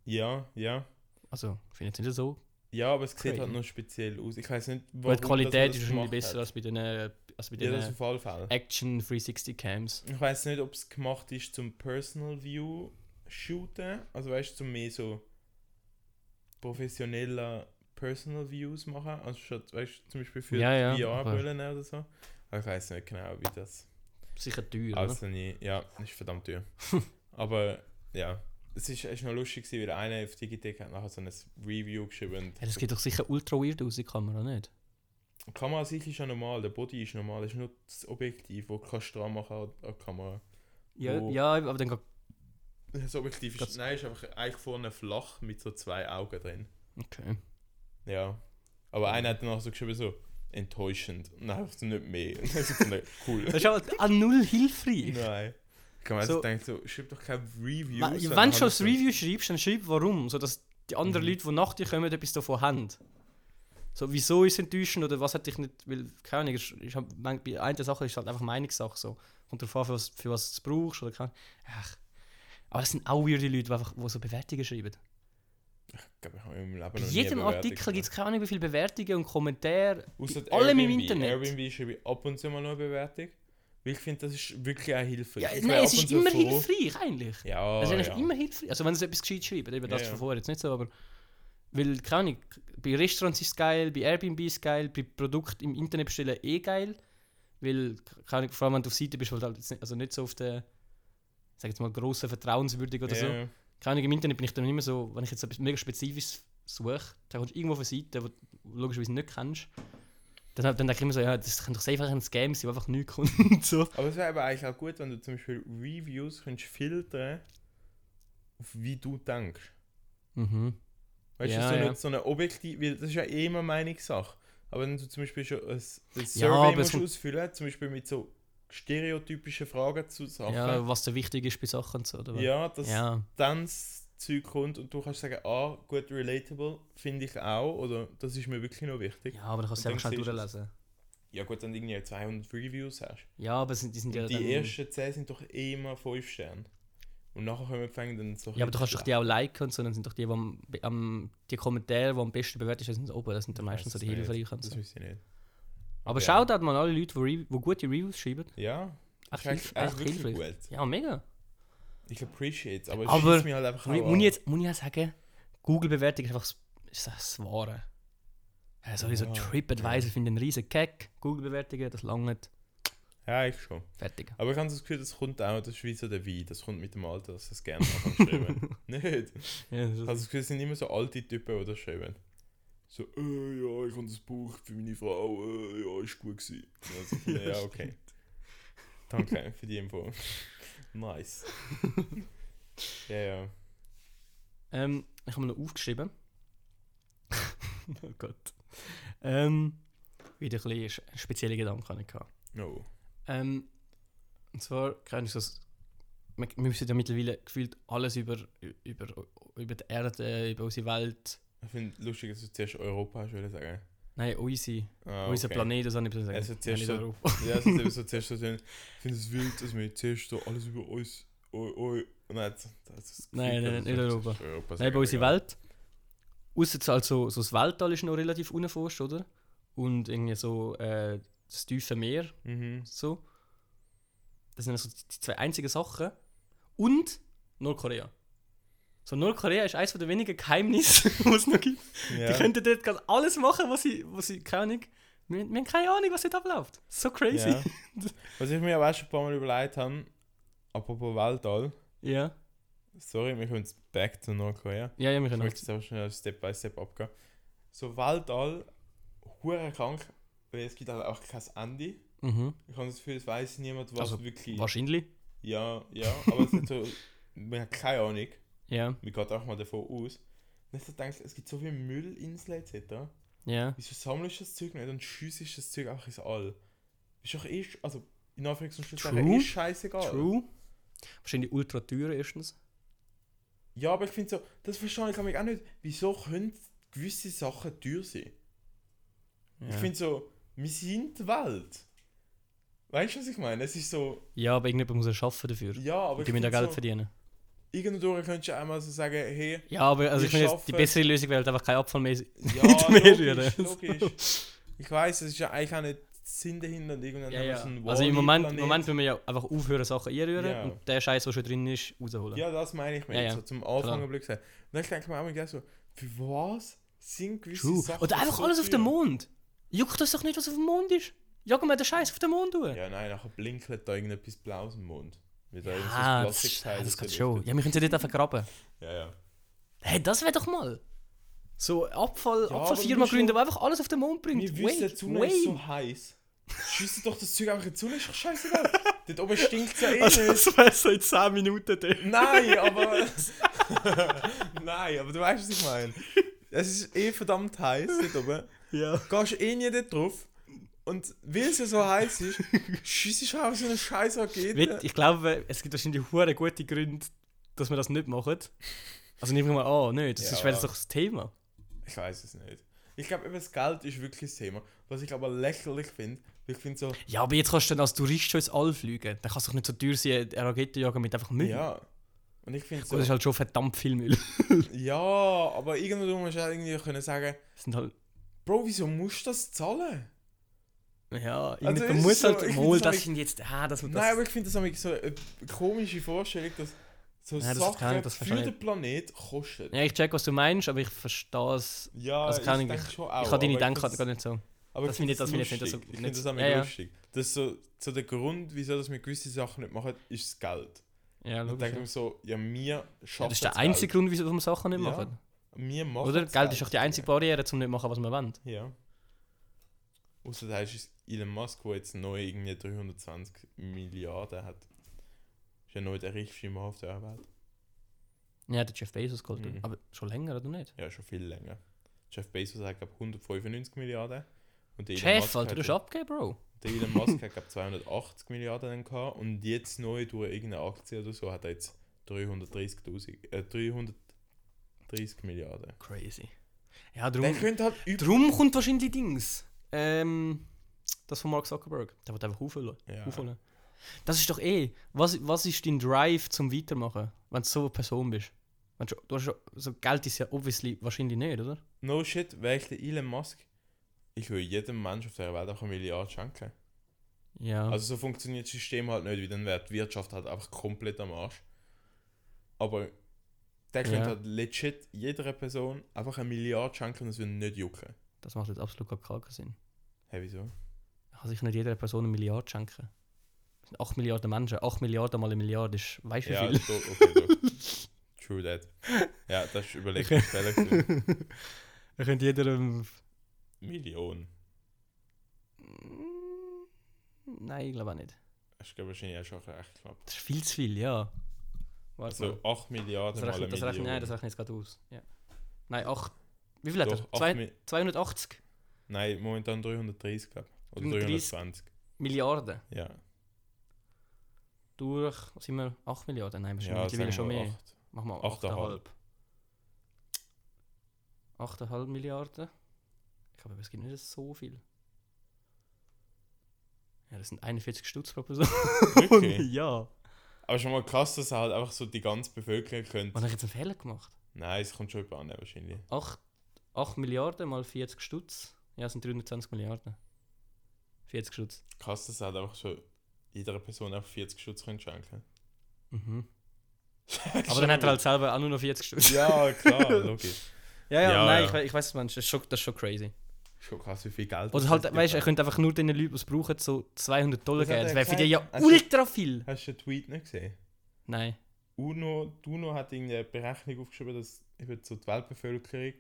[SPEAKER 3] Ja, ja.
[SPEAKER 2] Also, finde ich jetzt nicht so.
[SPEAKER 3] Ja, aber es sieht
[SPEAKER 2] Crazy.
[SPEAKER 3] halt noch speziell aus. Ich weiß nicht,
[SPEAKER 2] Weil die
[SPEAKER 3] dass man
[SPEAKER 2] Qualität
[SPEAKER 3] das
[SPEAKER 2] ist wahrscheinlich
[SPEAKER 3] gemacht
[SPEAKER 2] besser
[SPEAKER 3] hat.
[SPEAKER 2] als bei den, äh, als bei den
[SPEAKER 3] Ja, das auf alle Fälle.
[SPEAKER 2] Action 360-Cams.
[SPEAKER 3] Ich weiß nicht, ob es gemacht ist zum Personal View shooten, also weißt du, zum mehr so professioneller Personal Views machen, also statt, weißt du, zum Beispiel für
[SPEAKER 2] Ja, ja,
[SPEAKER 3] VR-Brillen oder so. Aber ich weiß nicht genau, wie das.
[SPEAKER 2] Sicher teuer,
[SPEAKER 3] Also nie, ja, ist verdammt teuer. Aber ja, es ist, ist noch lustig gewesen, weil einer auf Digitec hat nachher so ein Review geschrieben.
[SPEAKER 2] oder? Ja, das geht doch sicher ultra weird aus, die Kamera, nicht?
[SPEAKER 3] Die Kamera an sich ist ja normal, der Body ist normal, es ist nur das Objektiv, wo du kannst dran machen an, an die Kamera.
[SPEAKER 2] Ja,
[SPEAKER 3] Oh.
[SPEAKER 2] ja aber dann geht...
[SPEAKER 3] Das Objektiv ist,
[SPEAKER 2] Das-
[SPEAKER 3] nein, ist einfach eigentlich vorne flach mit so zwei Augen drin.
[SPEAKER 2] Okay.
[SPEAKER 3] Ja. Aber einer hat dann auch so geschrieben, so enttäuschend. Nein, das ist nicht mehr. Und dann so gefunden,
[SPEAKER 2] Das
[SPEAKER 3] cool.
[SPEAKER 2] ist aber an null hilfreich.
[SPEAKER 3] nein. Ich kann mir also
[SPEAKER 2] So-
[SPEAKER 3] denken, so, schreib doch kein Review.
[SPEAKER 2] Ma-
[SPEAKER 3] sondern
[SPEAKER 2] Wenn du schon
[SPEAKER 3] halt
[SPEAKER 2] das Review schreibst, dann schreib warum, sodass die anderen
[SPEAKER 3] Mhm.
[SPEAKER 2] Leute, die nach dir kommen, etwas davon haben. So, wieso ist es enttäuschend oder was hat dich nicht. Weil, keine Ahnung, ist, ist, halt- man- bei einer Sache ist es halt einfach Meinungssache so. Kommt darauf an, für was, für was du es brauchst oder keine Ach. Aber es sind auch weirde Leute, die, einfach, die so Bewertungen schreiben.
[SPEAKER 3] Ich glaube, ich habe in meinem Leben
[SPEAKER 2] Bei
[SPEAKER 3] noch nie
[SPEAKER 2] jedem
[SPEAKER 3] eine Bewertung
[SPEAKER 2] Artikel gibt es keine Ahnung, wie viele Bewertungen und Kommentare.
[SPEAKER 3] Ausser
[SPEAKER 2] bei allem im
[SPEAKER 3] Airbnb.
[SPEAKER 2] Internet.
[SPEAKER 3] Airbnb schreibe ich ab und zu mal noch eine Bewertung. Weil ich finde, das ist wirklich auch Hilfe.
[SPEAKER 2] Ja,
[SPEAKER 3] Ich bin
[SPEAKER 2] nein,
[SPEAKER 3] ab
[SPEAKER 2] es
[SPEAKER 3] und
[SPEAKER 2] ist
[SPEAKER 3] zu
[SPEAKER 2] immer
[SPEAKER 3] froh-
[SPEAKER 2] hilfreich eigentlich.
[SPEAKER 3] Ja,
[SPEAKER 2] Also
[SPEAKER 3] Oh, ja.
[SPEAKER 2] eigentlich immer hilfreich. Also wenn sie etwas gescheit schreiben, eben das
[SPEAKER 3] Ja, ja.
[SPEAKER 2] von vorher jetzt nicht so, aber weil, keine Ahnung, bei Restaurants ist es geil, bei Airbnb ist es geil, bei Produkten im Internet bestellen eh geil, weil, keine Ahnung, vor allem wenn du auf Seite bist, wo du halt jetzt nicht, also nicht so auf der, sag jetzt mal, grossen Vertrauenswürdig oder
[SPEAKER 3] ja,
[SPEAKER 2] so.
[SPEAKER 3] ja.
[SPEAKER 2] Keine Ahnung, im Internet bin ich dann immer so, wenn ich jetzt etwas mega Spezifisches suche, dann kommst du irgendwo auf eine Seite, die du logischerweise nicht kennst, dann, dann denke ich immer so, ja, das kann doch einfach ein Scam sein, wo einfach nichts kommt und so.
[SPEAKER 3] Aber es wäre aber eigentlich auch gut, wenn du zum Beispiel Reviews könntest filtern, auf wie du denkst.
[SPEAKER 2] Mhm.
[SPEAKER 3] Weißt du,
[SPEAKER 2] Ja,
[SPEAKER 3] so,
[SPEAKER 2] ja.
[SPEAKER 3] Eine, so eine objektive, weil das ist ja eh immer Meinungssache. Aber wenn du zum Beispiel schon ein, ein Survey
[SPEAKER 2] aber es
[SPEAKER 3] musst
[SPEAKER 2] kommt-
[SPEAKER 3] ausfüllen, zum Beispiel mit so stereotypischen Fragen zu Sachen,
[SPEAKER 2] Ja,
[SPEAKER 3] ja,
[SPEAKER 2] was so wichtig ist bei Sachen und so, oder? was?
[SPEAKER 3] dass
[SPEAKER 2] Ja,
[SPEAKER 3] dann das Zeug kommt und du kannst sagen, ah, gut, relatable, finde ich auch, oder das ist mir wirklich noch wichtig.
[SPEAKER 2] ja aber dann kannst du
[SPEAKER 3] Und
[SPEAKER 2] einfach
[SPEAKER 3] dann
[SPEAKER 2] schnell
[SPEAKER 3] siehst du es.
[SPEAKER 2] durchlesen.
[SPEAKER 3] Ja gut, wenn du irgendwie 200 Reviews hast.
[SPEAKER 2] Ja, aber sind, die sind ja
[SPEAKER 3] die
[SPEAKER 2] dann,
[SPEAKER 3] ersten 10 sind doch eh immer 5 Sterne. Und nachher können wir fangen dann so...
[SPEAKER 2] Ja, aber du kannst doch
[SPEAKER 3] richtig
[SPEAKER 2] die auch liken und so, dann sind doch die, die, am, am, die Kommentare, die am besten bewertet sind, sind oben. Das sind dann
[SPEAKER 3] Ich
[SPEAKER 2] meistens
[SPEAKER 3] weiß
[SPEAKER 2] so die
[SPEAKER 3] es nicht.
[SPEAKER 2] hilfreichen.
[SPEAKER 3] ab.
[SPEAKER 2] und So.
[SPEAKER 3] Das wüsste ich nicht.
[SPEAKER 2] Aber
[SPEAKER 3] ja.
[SPEAKER 2] schaut halt mal alle Leute, die Re- die gute Reviews schreiben.
[SPEAKER 3] Ja,
[SPEAKER 2] Echt,
[SPEAKER 3] ist
[SPEAKER 2] hilf,
[SPEAKER 3] eigentlich- eigentlich
[SPEAKER 2] echt
[SPEAKER 3] wirklich
[SPEAKER 2] hilfreich.
[SPEAKER 3] gut.
[SPEAKER 2] Ja, mega.
[SPEAKER 3] Ich appreciate es, aber, es
[SPEAKER 2] Aber-
[SPEAKER 3] schießt mich halt einfach
[SPEAKER 2] Mu-
[SPEAKER 3] auch
[SPEAKER 2] Muss
[SPEAKER 3] an.
[SPEAKER 2] ich jetzt muss ich auch sagen, Google-Bewertung ist einfach das, ist das Wahre. Ja, sowieso
[SPEAKER 3] Ja.
[SPEAKER 2] TripAdvisor finde ich einen riesen Gag. Google-Bewertungen, das langt.
[SPEAKER 3] Ja, ich schon.
[SPEAKER 2] Fertig.
[SPEAKER 3] Aber ich habe das Gefühl, das kommt auch, das ist wie so der Wein, das kommt mit dem Alter, dass das gerne anfangen zu schreiben. Nicht?
[SPEAKER 2] Ja,
[SPEAKER 3] Ich habe das Gefühl, es sind immer so alte Typen, die das schreiben. So, äh, ja, ich habe das Buch für meine Frau, äh, ja, ist gut gewesen. Und dann so, ja, okay. Danke für die Info. nice. ja, ja.
[SPEAKER 2] Ähm, ich habe mir noch aufgeschrieben. oh Gott. Ähm, wieder ein bisschen sch- spezielle Gedanken hatte ich.
[SPEAKER 3] No.
[SPEAKER 2] Ähm, und zwar kann ich so. s- Wir wir müssen ja mittlerweile gefühlt alles über, über, über die Erde, über unsere Welt,
[SPEAKER 3] Ich finde es lustig, dass du zuerst Europa hast, würde ich sagen.
[SPEAKER 2] nein, unsere,
[SPEAKER 3] Ah,
[SPEAKER 2] unser
[SPEAKER 3] okay.
[SPEAKER 2] Planet, so nicht sagen.
[SPEAKER 3] Also zuerst
[SPEAKER 2] Ja, nicht
[SPEAKER 3] so-
[SPEAKER 2] Europa.
[SPEAKER 3] Ja, es ist eben so zuerst so schön. Ich finde es wild, dass wir zuerst so alles über uns. Oi, oi. Nein, das, das ist
[SPEAKER 2] Nein, nein, nicht Europa.
[SPEAKER 3] Europa
[SPEAKER 2] Nein, bei unserer Welt. Außer also, so das Weltall ist noch relativ unerforscht, oder? Und irgendwie so äh, das tiefe Meer.
[SPEAKER 3] Mhm.
[SPEAKER 2] So. Das sind also die zwei einzigen Sachen. Und Nordkorea. So, Nordkorea ist eines der wenigen Geheimnisse, die es noch gibt. Die
[SPEAKER 3] Ja.
[SPEAKER 2] könnten dort gerade alles machen, was sie, was sie keine Ahnung. Wir, wir haben keine Ahnung, was dort abläuft. So crazy.
[SPEAKER 3] Ja. Was ich mir aber auch schon ein paar Mal überlegt habe, apropos Weltall,
[SPEAKER 2] Ja.
[SPEAKER 3] sorry, wir kommen jetzt back zu Nordkorea.
[SPEAKER 2] Ja, ja, wir
[SPEAKER 3] Ich
[SPEAKER 2] können auch.
[SPEAKER 3] möchte jetzt aber schnell Step by Step abgehen. So Weltall, hure krank, weil es gibt halt auch kein Handy.
[SPEAKER 2] Mhm.
[SPEAKER 3] Ich habe das Gefühl, es weiß niemand, was
[SPEAKER 2] Also,
[SPEAKER 3] wirklich.
[SPEAKER 2] Wahrscheinlich.
[SPEAKER 3] Ja, ja, aber es ist so, man hat keine Ahnung.
[SPEAKER 2] Ja.
[SPEAKER 3] mir geht auch mal davon aus. Und ich denke, es gibt so viel Müllinseln etc.
[SPEAKER 2] Ja.
[SPEAKER 3] Wieso sammelst du das Zeug nicht und schiessest das Zeug einfach ins All? Ist doch eh, sch- also in Anführungszeichen,
[SPEAKER 2] True.
[SPEAKER 3] ist eh scheißegal.
[SPEAKER 2] True. Wahrscheinlich ultra teuer erstens.
[SPEAKER 3] Ja, aber ich finde so, das verstehe ich nämlich auch nicht. Wieso können gewisse Sachen teuer sein?
[SPEAKER 2] Ja.
[SPEAKER 3] Ich finde so, wir sind die Welt. Weißt du, was ich meine? Es ist so,
[SPEAKER 2] Ja, aber irgendjemand muss ja arbeiten dafür.
[SPEAKER 3] ja, aber
[SPEAKER 2] die müssen ja
[SPEAKER 3] find
[SPEAKER 2] Geld
[SPEAKER 3] so,
[SPEAKER 2] verdienen.
[SPEAKER 3] Irgendwann könntest du einmal so sagen, hey,
[SPEAKER 2] Ja, aber also
[SPEAKER 3] Wir
[SPEAKER 2] ich finde jetzt, die
[SPEAKER 3] schaffen-
[SPEAKER 2] bessere Lösung wäre halt einfach kein Abfall mehr.
[SPEAKER 3] ja,
[SPEAKER 2] Nicht mehr
[SPEAKER 3] logisch,
[SPEAKER 2] rühren.
[SPEAKER 3] logisch. Ich weiß, es ist ja eigentlich auch nicht Sinn dahinter und irgendwann haben wir so einen
[SPEAKER 2] Also im
[SPEAKER 3] Wall-E-Planet.
[SPEAKER 2] Moment, im Moment müssen wir ja einfach aufhören, Sachen einrühren
[SPEAKER 3] Ja.
[SPEAKER 2] und den Scheiß, der schon drin ist, rausholen.
[SPEAKER 3] Ja, das meine ich mir
[SPEAKER 2] Ja,
[SPEAKER 3] jetzt
[SPEAKER 2] ja.
[SPEAKER 3] so zum Anfang
[SPEAKER 2] Klar.
[SPEAKER 3] blöd gesagt. Und dann denke ich mir auch immer gleich so, für was sind gewisse
[SPEAKER 2] True.
[SPEAKER 3] Sachen
[SPEAKER 2] Oder einfach
[SPEAKER 3] so
[SPEAKER 2] alles auf
[SPEAKER 3] teuer?
[SPEAKER 2] den Mond. Juckt das doch nicht, was auf dem Mond ist. Jagen wir den Scheiß auf den Mond tun.
[SPEAKER 3] Ja, nein, nachher blinkelt da irgendetwas blau aus dem Mund. Wie da irgend so ein
[SPEAKER 2] ah, das, ist-
[SPEAKER 3] Plastikteil
[SPEAKER 2] ah, das
[SPEAKER 3] rausgeht.
[SPEAKER 2] geht schon. Ja, wir können sie nicht einfach graben.
[SPEAKER 3] Ja, ja.
[SPEAKER 2] Hey, das wäre doch mal. So Abfall,
[SPEAKER 3] Ja,
[SPEAKER 2] Abfallfirma
[SPEAKER 3] aber du musst
[SPEAKER 2] gründen, die einfach alles auf den Mond bringt.
[SPEAKER 3] Wir wissen, die Sonne ist so heiß. Schiessen doch das Zeug einfach in die Sonne, ist doch scheißegal. Dort oben stinkt es ja eh
[SPEAKER 2] Also,
[SPEAKER 3] nicht.
[SPEAKER 2] das wäre so in 10 Minuten dort.
[SPEAKER 3] Nein, aber... nein, aber du weißt, was ich meine. Es ist eh verdammt heiß dort oben.
[SPEAKER 2] Ja.
[SPEAKER 3] Gehst eh nie dort drauf. Und weil es ja so heiß ist, schiessest du einfach so eine scheiß Rakete.
[SPEAKER 2] Ich glaube, es gibt wahrscheinlich hure gute Gründe, dass wir das nicht machen. Also nehmen wir mal an, nö, das ist
[SPEAKER 3] Ja.
[SPEAKER 2] wäre doch das Thema.
[SPEAKER 3] Ich weiß es nicht. Ich glaube, eben das Geld ist wirklich das Thema. Was ich aber lächerlich finde, weil ich finde so,
[SPEAKER 2] Ja, aber jetzt kannst du dann als Tourist schon ins All fliegen. Dann kann es doch nicht so teuer sein, eine Rakete zu jagen mit einfach Müll. Ja.
[SPEAKER 3] ja. Und ich finde so,
[SPEAKER 2] Das ist halt schon verdammt viel Müll.
[SPEAKER 3] ja, aber irgendwann musst du auch irgendwie können sagen,
[SPEAKER 2] Das sind halt,
[SPEAKER 3] Bro, wieso musst du das zahlen?
[SPEAKER 2] ja,
[SPEAKER 3] Also
[SPEAKER 2] also man
[SPEAKER 3] ist
[SPEAKER 2] muss
[SPEAKER 3] so, ich
[SPEAKER 2] halt,
[SPEAKER 3] find's
[SPEAKER 2] wohl, das
[SPEAKER 3] nämlich-
[SPEAKER 2] sind jetzt, ah, das, das,
[SPEAKER 3] Nein, aber ich finde das nämlich so eine komische Vorstellung, dass so
[SPEAKER 2] Nein, das kann
[SPEAKER 3] Sachen
[SPEAKER 2] ich- das
[SPEAKER 3] für
[SPEAKER 2] verstehe ich.
[SPEAKER 3] den Planet kosten.
[SPEAKER 2] ja, ich check, was du meinst, aber ich verstehe es.
[SPEAKER 3] Ja,
[SPEAKER 2] Also kann ich,
[SPEAKER 3] denk
[SPEAKER 2] ich, kann deine Denkart gar nicht so.
[SPEAKER 3] Aber
[SPEAKER 2] Das
[SPEAKER 3] ich find
[SPEAKER 2] finde ich- das finde ich nicht
[SPEAKER 3] lustig.
[SPEAKER 2] so-
[SPEAKER 3] Ich finde
[SPEAKER 2] nicht-
[SPEAKER 3] das auch
[SPEAKER 2] ja,
[SPEAKER 3] mega
[SPEAKER 2] ja.
[SPEAKER 3] lustig. Das ist so, so der Grund, wieso dass wir gewisse Sachen nicht machen, ist das Geld.
[SPEAKER 2] Ja,
[SPEAKER 3] Dann
[SPEAKER 2] logisch.
[SPEAKER 3] denke ich mir so, ja, wir schaffen
[SPEAKER 2] Ja, das ist der einzige Grund, wieso wir Sachen nicht
[SPEAKER 3] Ja,
[SPEAKER 2] machen.
[SPEAKER 3] Grund. Wir machen
[SPEAKER 2] Oder?
[SPEAKER 3] das
[SPEAKER 2] Geld ist doch die einzige Barriere, zum nicht machen, was wir wollen.
[SPEAKER 3] Ja. Außer da ist es Elon Musk, der jetzt neu irgendwie 320 Milliarden hat. Ist ja neu der reichste Mann auf der Welt.
[SPEAKER 2] Ja, der Jeff Bezos geholt.
[SPEAKER 3] Mhm.
[SPEAKER 2] Aber schon länger, oder nicht?
[SPEAKER 3] Ja, schon viel länger. Jeff Bezos hat, glaube 195 Milliarden. Und der Elon
[SPEAKER 2] Chef,
[SPEAKER 3] Musk
[SPEAKER 2] Alter,
[SPEAKER 3] hat-
[SPEAKER 2] du hast abgegeben, Bro.
[SPEAKER 3] Der Elon Musk hat, glaube 280 Milliarden dann gehabt. Und jetzt neu durch irgendeine Aktie oder so hat er jetzt 330.000. Äh, 330 Milliarden.
[SPEAKER 2] Crazy. Ja,
[SPEAKER 3] Der
[SPEAKER 2] drum,
[SPEAKER 3] könnte halt über.
[SPEAKER 2] drum kommt wahrscheinlich Dings. Ähm, das von Mark Zuckerberg. Der wird einfach aufholen.
[SPEAKER 3] Ja.
[SPEAKER 2] aufholen. Das ist doch eh. Was, was ist dein Drive zum Weitermachen, wenn du so eine Person bist? Wenn du, du hast, ja- so Geld ist ja obviously wahrscheinlich nicht, oder?
[SPEAKER 3] No shit, wäre ich der Elon Musk, ich würde jedem Menschen auf der Welt einfach eine Milliarde schenken.
[SPEAKER 2] Ja.
[SPEAKER 3] Also so funktioniert das System halt nicht, wie dann wäre die Wirtschaft halt einfach komplett am Arsch. Aber der könnte
[SPEAKER 2] Ja.
[SPEAKER 3] halt legit jeder Person einfach eine Milliarde schenken und es würde nicht jucken.
[SPEAKER 2] das macht jetzt absolut gar keinen Sinn.
[SPEAKER 3] Hä, wieso?
[SPEAKER 2] kann sich nicht jeder Person eine Milliarde schenken. Das sind 8 Milliarden Menschen. 8 Milliarden mal eine Milliarde ist, weißt du wie
[SPEAKER 3] Ja,
[SPEAKER 2] viel?
[SPEAKER 3] do, okay, do. True that. Ja, das ist überlegt. Okay.
[SPEAKER 2] Er könnte jedem.
[SPEAKER 3] Million.
[SPEAKER 2] Nein, ich glaube auch nicht.
[SPEAKER 3] Das ist glaub ich, wahrscheinlich auch schon recht knapp.
[SPEAKER 2] Das ist viel zu viel, ja. Warte
[SPEAKER 3] Also
[SPEAKER 2] mal.
[SPEAKER 3] 8
[SPEAKER 2] Das
[SPEAKER 3] Milliarden mal eine
[SPEAKER 2] rechnet, das rechnet,
[SPEAKER 3] Million.
[SPEAKER 2] nein, das rechnet jetzt gerade aus. Ja. Nein, 8. Wie viel hat
[SPEAKER 3] Doch,
[SPEAKER 2] er?
[SPEAKER 3] 8
[SPEAKER 2] Zwei,
[SPEAKER 3] Mi
[SPEAKER 2] 280
[SPEAKER 3] nein, momentan 330, glaube ich. Oder
[SPEAKER 2] 330.
[SPEAKER 3] 320.
[SPEAKER 2] Milliarden.
[SPEAKER 3] Ja.
[SPEAKER 2] Durch, sind wir 8 Milliarden? Nein, bestimmt
[SPEAKER 3] Ja,
[SPEAKER 2] mittlerweile
[SPEAKER 3] sagen
[SPEAKER 2] schon
[SPEAKER 3] wir
[SPEAKER 2] mehr.
[SPEAKER 3] acht.
[SPEAKER 2] Machen wir
[SPEAKER 3] Achteinhalb.
[SPEAKER 2] 8,5. 8,5 Milliarden. Ich glaube, es gibt nicht so viel. Ja, das sind 41 Stutz pro Person.
[SPEAKER 3] Wirklich?
[SPEAKER 2] ja.
[SPEAKER 3] Aber schon mal krass, dass er halt einfach so die ganze Bevölkerung könnte.
[SPEAKER 2] Was habe ich jetzt einen Fehler gemacht?
[SPEAKER 3] Nein, es kommt schon jemand an, wahrscheinlich.
[SPEAKER 2] 8, 8 Milliarden mal 40 Stutz. Ja, das sind 320 Milliarden. 40 Stutz.
[SPEAKER 3] Krass, dass er halt einfach so jeder Person einfach 40 Schutz könnte schenken.
[SPEAKER 2] Mhm. Aber dann hat er halt selber auch nur noch 40 Stutz.
[SPEAKER 3] Ja, klar, logisch.
[SPEAKER 2] Ja, ja,
[SPEAKER 3] Ja,
[SPEAKER 2] nein,
[SPEAKER 3] ja.
[SPEAKER 2] Ich, we- ich weiß, was du meinst. Das ist schon, das ist schon crazy.
[SPEAKER 3] Schon krass, wie viel Geld.
[SPEAKER 2] Oder
[SPEAKER 3] das
[SPEAKER 2] halt,
[SPEAKER 3] gibt.
[SPEAKER 2] weißt du, er könnte einfach nur den Leuten, die es brauchen, so 200 Dollar
[SPEAKER 3] Das hat
[SPEAKER 2] geben.
[SPEAKER 3] er
[SPEAKER 2] Das wäre für die ja
[SPEAKER 3] gesagt. Also-
[SPEAKER 2] ultra viel.
[SPEAKER 3] Hast du den Tweet nicht gesehen?
[SPEAKER 2] Nein.
[SPEAKER 3] UNO, die UNO hat irgendeine Berechnung aufgeschrieben, dass eben so die Weltbevölkerung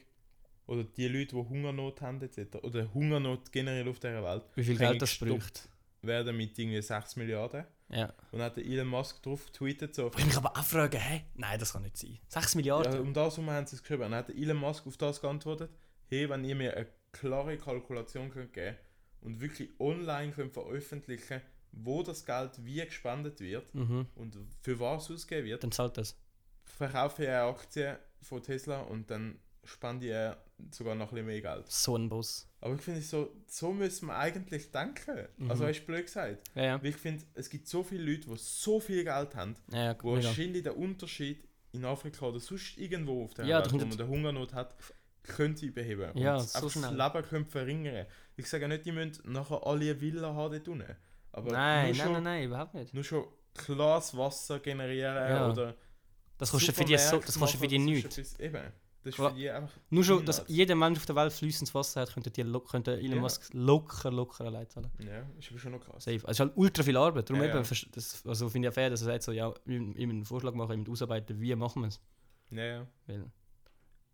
[SPEAKER 3] oder die Leute, die Hungernot haben, etc. oder Hungernot generell auf der Welt,
[SPEAKER 2] Wie viel
[SPEAKER 3] Eigentlich
[SPEAKER 2] Geld das
[SPEAKER 3] stoppt.
[SPEAKER 2] braucht.
[SPEAKER 3] werden mit irgendwie 6 Milliarden.
[SPEAKER 2] Ja.
[SPEAKER 3] Und hat der Elon Musk drauf getweetet, so.
[SPEAKER 2] Wo ich mich aber auch frage, hä? Nein, das kann nicht sein. 6
[SPEAKER 3] Ja,
[SPEAKER 2] Milliarden?
[SPEAKER 3] um das herum haben sie es geschrieben. Und dann hat der Elon Musk auf das geantwortet: Hey, wenn ihr mir eine klare Kalkulation könnt geben und wirklich online könnt veröffentlichen wo das Geld wie gespendet wird
[SPEAKER 2] Mhm.
[SPEAKER 3] und für was ausgegeben wird,
[SPEAKER 2] Dann zahlt das.
[SPEAKER 3] verkaufe ich eine Aktie von Tesla und dann spende ich äh, sogar noch ein bisschen mehr Geld.
[SPEAKER 2] So ein Bus.
[SPEAKER 3] Aber ich finde, so, so müssen wir eigentlich denken.
[SPEAKER 2] Mhm.
[SPEAKER 3] Also, hast du blöd gesagt.
[SPEAKER 2] Ja, ja.
[SPEAKER 3] Weil ich finde, es gibt so viele Leute, die so viel Geld haben,
[SPEAKER 2] Ja, ja,
[SPEAKER 3] wo
[SPEAKER 2] mega.
[SPEAKER 3] wahrscheinlich der Unterschied in Afrika oder sonst irgendwo auf der
[SPEAKER 2] Ja,
[SPEAKER 3] Welt, wo man
[SPEAKER 2] 100
[SPEAKER 3] den Hungernot hat, könnte überheben.
[SPEAKER 2] Ja,
[SPEAKER 3] und
[SPEAKER 2] so
[SPEAKER 3] einfach
[SPEAKER 2] schnell.
[SPEAKER 3] das Leben könnte verringern. Ich sage ja nicht, die müssen nachher alle eine Villa haben dort unten. Aber
[SPEAKER 2] Nein, nein,
[SPEAKER 3] nur, schon,
[SPEAKER 2] nein, nein, überhaupt nicht.
[SPEAKER 3] nur schon Glas Wasser generieren
[SPEAKER 2] Ja.
[SPEAKER 3] oder
[SPEAKER 2] Das kostet für die, so, das kostet für die
[SPEAKER 3] Supermärkte
[SPEAKER 2] nichts.
[SPEAKER 3] machen, das ist etwas- Eben. Das ist
[SPEAKER 2] Klar.
[SPEAKER 3] für die einfach.
[SPEAKER 2] Nur schon, dass
[SPEAKER 3] Peanuts.
[SPEAKER 2] jeder Mensch auf der Welt fließendes Wasser hat, könnte, die, lo- könnte Elon
[SPEAKER 3] Ja.
[SPEAKER 2] Musk locker, locker allein zahlen.
[SPEAKER 3] Ja, ist aber schon noch krass.
[SPEAKER 2] Safe. Also es ist halt ultra viel Arbeit. Darum
[SPEAKER 3] Ja,
[SPEAKER 2] eben,
[SPEAKER 3] ja.
[SPEAKER 2] vers- Das, also finde ich ja fair, dass er sagt so, ja, ich ich muss einen Vorschlag machen, ich muss ausarbeiten, wie machen wir es.
[SPEAKER 3] Ja, ja.
[SPEAKER 2] Weil,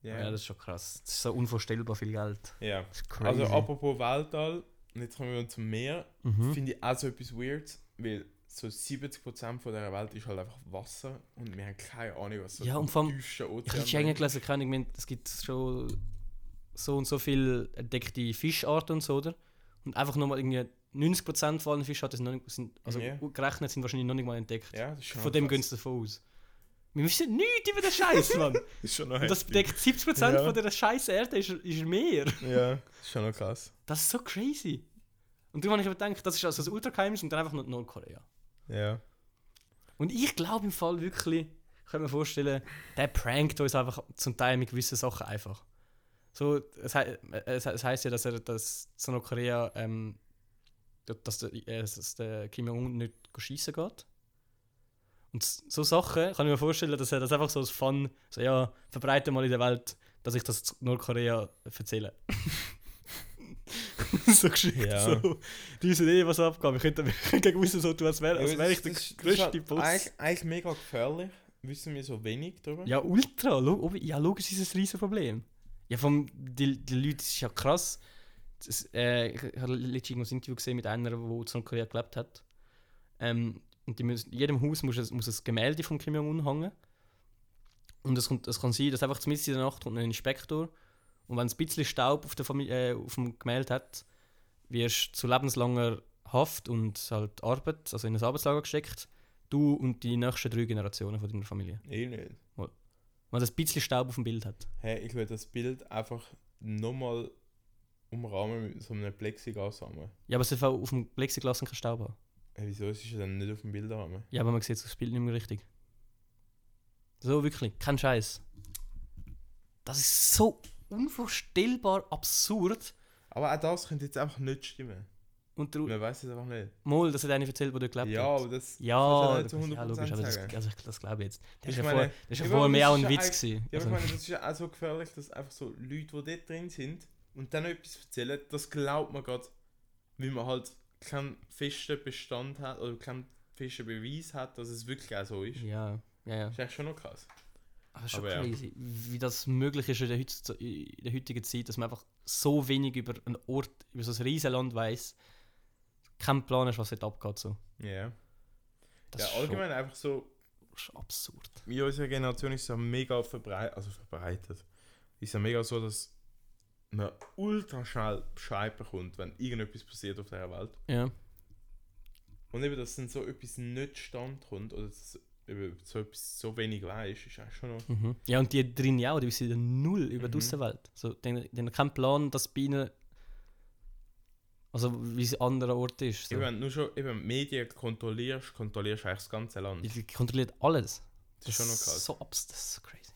[SPEAKER 2] ja.
[SPEAKER 3] Ja, ja.
[SPEAKER 2] das ist schon krass. Das ist so unvorstellbar viel Geld.
[SPEAKER 3] ja.
[SPEAKER 2] Das ist crazy.
[SPEAKER 3] Also, apropos Weltall, und jetzt kommen wir zum Meer,
[SPEAKER 2] mhm.
[SPEAKER 3] finde ich auch so etwas weird, weil so 70% von dieser Welt ist halt einfach Wasser und wir haben keine Ahnung, was so
[SPEAKER 2] Ja, und
[SPEAKER 3] im
[SPEAKER 2] vor allem-
[SPEAKER 3] tiefsten
[SPEAKER 2] Ich
[SPEAKER 3] Ozean
[SPEAKER 2] habe schon
[SPEAKER 3] drin
[SPEAKER 2] gelesen, keine Ahnung, ich meine, es gibt schon so und so viele entdeckte Fischarten und so, oder? Und einfach nochmal irgendwie 90% von allen Fischarten sind, noch nicht, sind also
[SPEAKER 3] Ja.
[SPEAKER 2] gerechnet, sind wahrscheinlich noch nicht mal entdeckt.
[SPEAKER 3] ist. ja, das ist schon
[SPEAKER 2] Von dem gehen
[SPEAKER 3] günstig.
[SPEAKER 2] sie davon aus. Wir wissen nichts über den Scheiß, Mann.
[SPEAKER 3] Das ist schon noch
[SPEAKER 2] Und das
[SPEAKER 3] heftig.
[SPEAKER 2] bedeckt 70%
[SPEAKER 3] Ja.
[SPEAKER 2] von dieser scheiß Erde ist, ist Meer.
[SPEAKER 3] Ja, das ist schon noch krass.
[SPEAKER 2] Das ist so crazy. Und darum habe ich mir gedacht, das ist also das Ultrageheimnis und dann einfach nur Nordkorea.
[SPEAKER 3] Ja.
[SPEAKER 2] Und ich glaube im Fall wirklich, ich kann mir vorstellen, der prankt uns einfach zum Teil mit gewissen Sachen einfach. So, es, hei- es, es heißt ja, dass er dass zu Nordkorea, ähm, dass, der, äh, dass der Kim Jong-un nicht schießen geht. Und s- so Sachen kann ich mir vorstellen, dass er das einfach so als Fun, so ja, verbreite mal in der Welt, dass ich das zu Nordkorea erzähle. so geschickt.
[SPEAKER 3] Ja.
[SPEAKER 2] So. Die wissen eh, was abgeht. Wir könnten wir könnten gegen wissen, so tun, als wäre als wäre ich der
[SPEAKER 3] Das- das- das ist
[SPEAKER 2] größte
[SPEAKER 3] halt
[SPEAKER 2] Boss.
[SPEAKER 3] Eigentlich, eigentlich mega gefährlich, wissen wir so wenig darüber.
[SPEAKER 2] Ja, ultra. Lo ob- ja, logisch ist es ein riesen Problem. Ja, vom, die, die Leute, das ist ja krass. Das, äh, ich ich habe letztens irgendwo ein Interview gesehen mit einer, die zu Korea gelebt hat. Ähm, und die müssen, in jedem Haus muss, ein- muss ein Gemälde von Kim Jong-un hängen. Und es, kommt, es kann sein, dass einfach zum in der Nacht kommt ein Inspektor und wenn es ein bisschen Staub auf, der Famili- äh, auf dem Gemälde hat, wirst du zu lebenslanger Haft und halt Arbeit, also in ein Arbeitslager gesteckt. Du und die nächsten drei Generationen von deiner Familie.
[SPEAKER 3] Eh nicht.
[SPEAKER 2] Wenn das ein bisschen Staub auf dem Bild hat.
[SPEAKER 3] Hey, ich würde das Bild einfach nochmal umrahmen mit so einem Plexiglas haben.
[SPEAKER 2] Ja, aber es darf auch auf dem Plexiglas kein Staub haben.
[SPEAKER 3] Hey, wieso ist es ja dann nicht auf dem Bilderrahmen?
[SPEAKER 2] Ja, aber man sieht das Bild nicht mehr richtig. So wirklich, kein Scheiß. Das ist so unvorstellbar absurd.
[SPEAKER 3] Aber auch das könnte jetzt einfach nicht stimmen.
[SPEAKER 2] Und der
[SPEAKER 3] Man weiß es einfach nicht.
[SPEAKER 2] Mal, das hat einer erzählt, der dort gelebt
[SPEAKER 3] ja,
[SPEAKER 2] hat.
[SPEAKER 3] aber das.
[SPEAKER 2] Ja,
[SPEAKER 3] das
[SPEAKER 2] das
[SPEAKER 3] kann ich nicht
[SPEAKER 2] ja,
[SPEAKER 3] zu 100%
[SPEAKER 2] logisch, aber das,
[SPEAKER 3] sagen.
[SPEAKER 2] also ich, das glaube ich jetzt. Das
[SPEAKER 3] Ich
[SPEAKER 2] ist ja
[SPEAKER 3] meine,
[SPEAKER 2] vorher- das ist ja
[SPEAKER 3] ich
[SPEAKER 2] vorher
[SPEAKER 3] meine,
[SPEAKER 2] mehr
[SPEAKER 3] das
[SPEAKER 2] auch
[SPEAKER 3] ist
[SPEAKER 2] ein
[SPEAKER 3] ja
[SPEAKER 2] Witz gewesen.
[SPEAKER 3] Ja, aber
[SPEAKER 2] Also,
[SPEAKER 3] ich meine, das ist ja auch so gefährlich, dass einfach so Leute, die dort drin sind und dann etwas erzählen, das glaubt man gerade, wie man halt keinen festen Bestand hat oder keinen festen Beweis hat, dass es wirklich auch so ist.
[SPEAKER 2] ja, ja, ja.
[SPEAKER 3] Ist eigentlich schon noch krass.
[SPEAKER 2] Aber schon
[SPEAKER 3] Aber ja.
[SPEAKER 2] crazy, wie das möglich ist in der, heutz- in der heutigen Zeit, dass man einfach so wenig über einen Ort, über so ein Riesenland weiß, kein Plan ist, was dort abgeht. So.
[SPEAKER 3] Ja.
[SPEAKER 2] Das
[SPEAKER 3] Ja,
[SPEAKER 2] ist
[SPEAKER 3] allgemein einfach so
[SPEAKER 2] Schon, schon absurd.
[SPEAKER 3] in unserer Generation ist es ja mega verbreitet, also verbreitet. Ist ja mega so, dass man ultra schnell Bescheid bekommt, wenn irgendetwas passiert auf dieser Welt.
[SPEAKER 2] Ja.
[SPEAKER 3] Und eben, dass dann so etwas nicht stand kommt oder dass eben so etwas so wenig weiß, ist eigentlich schon noch.
[SPEAKER 2] Mhm. Ja, und die drin ja auch, die wissen ja null über die
[SPEAKER 3] Mhm.
[SPEAKER 2] Außenwelt. So, die, die haben keinen Plan, dass bei ihnen. Also, wie es an anderen Ort ist. So.
[SPEAKER 3] Eben, wenn du nur schon eben die Medien kontrollierst, kontrollierst du eigentlich das ganze Land.
[SPEAKER 2] Die kontrolliert alles.
[SPEAKER 3] Das ist schon noch krass.
[SPEAKER 2] So abs das ist so crazy.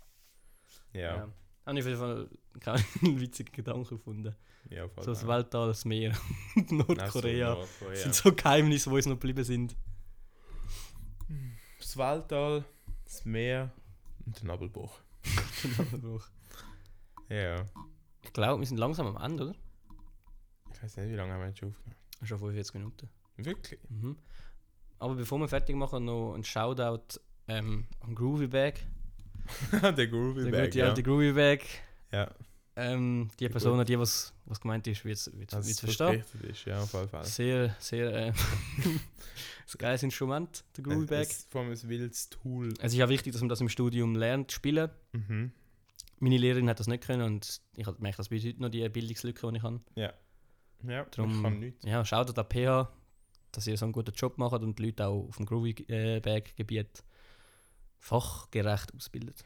[SPEAKER 3] Ja,
[SPEAKER 2] Habe ich auf jeden Fall keinen witzigen Gedanken gefunden.
[SPEAKER 3] ja, voll.
[SPEAKER 2] So das
[SPEAKER 3] nein.
[SPEAKER 2] Weltall, das Meer und
[SPEAKER 3] Nein, so
[SPEAKER 2] Nordkorea.
[SPEAKER 3] Nordkorea.
[SPEAKER 2] sind so Geheimnisse, die uns noch geblieben sind.
[SPEAKER 3] Das Weltall, das Meer und der Nabelbach.
[SPEAKER 2] Genau,
[SPEAKER 3] Ja.
[SPEAKER 2] ich glaube, wir sind langsam am Ende, oder?
[SPEAKER 3] Ich weiß nicht, wie lange haben wir jetzt schon aufgenommen.
[SPEAKER 2] Schon 45 Minuten.
[SPEAKER 3] Wirklich?
[SPEAKER 2] Mhm. Aber bevor wir fertig machen, noch ein Shoutout ähm, an Groovy Bag.
[SPEAKER 3] der Groovy
[SPEAKER 2] Der
[SPEAKER 3] Bag,
[SPEAKER 2] gute alte Groovy Bag.
[SPEAKER 3] ja.
[SPEAKER 2] Ähm, die
[SPEAKER 3] Ja,
[SPEAKER 2] Person, an die was, was gemeint ist, wird es verstehen.
[SPEAKER 3] richtig ist, ja, auf jeden Fall.
[SPEAKER 2] Sehr, sehr äh, ein geiles Instrument, der Groovy Bag. Also,
[SPEAKER 3] Äh, Es ist vor allem ein wildes Tool.
[SPEAKER 2] Es ist ja wichtig, dass man das im Studium lernt, zu spielen.
[SPEAKER 3] Mhm.
[SPEAKER 2] Meine Lehrerin hat das nicht können und ich hab- merke das bis heute noch, die Bildungslücke, die ich habe.
[SPEAKER 3] Ja,
[SPEAKER 2] Drum-
[SPEAKER 3] ich kann nichts.
[SPEAKER 2] Ja, schaut an PH, dass ihr so einen guten Job macht und die Leute auch auf dem Groovy-Bag-Gebiet fachgerecht ausbildet.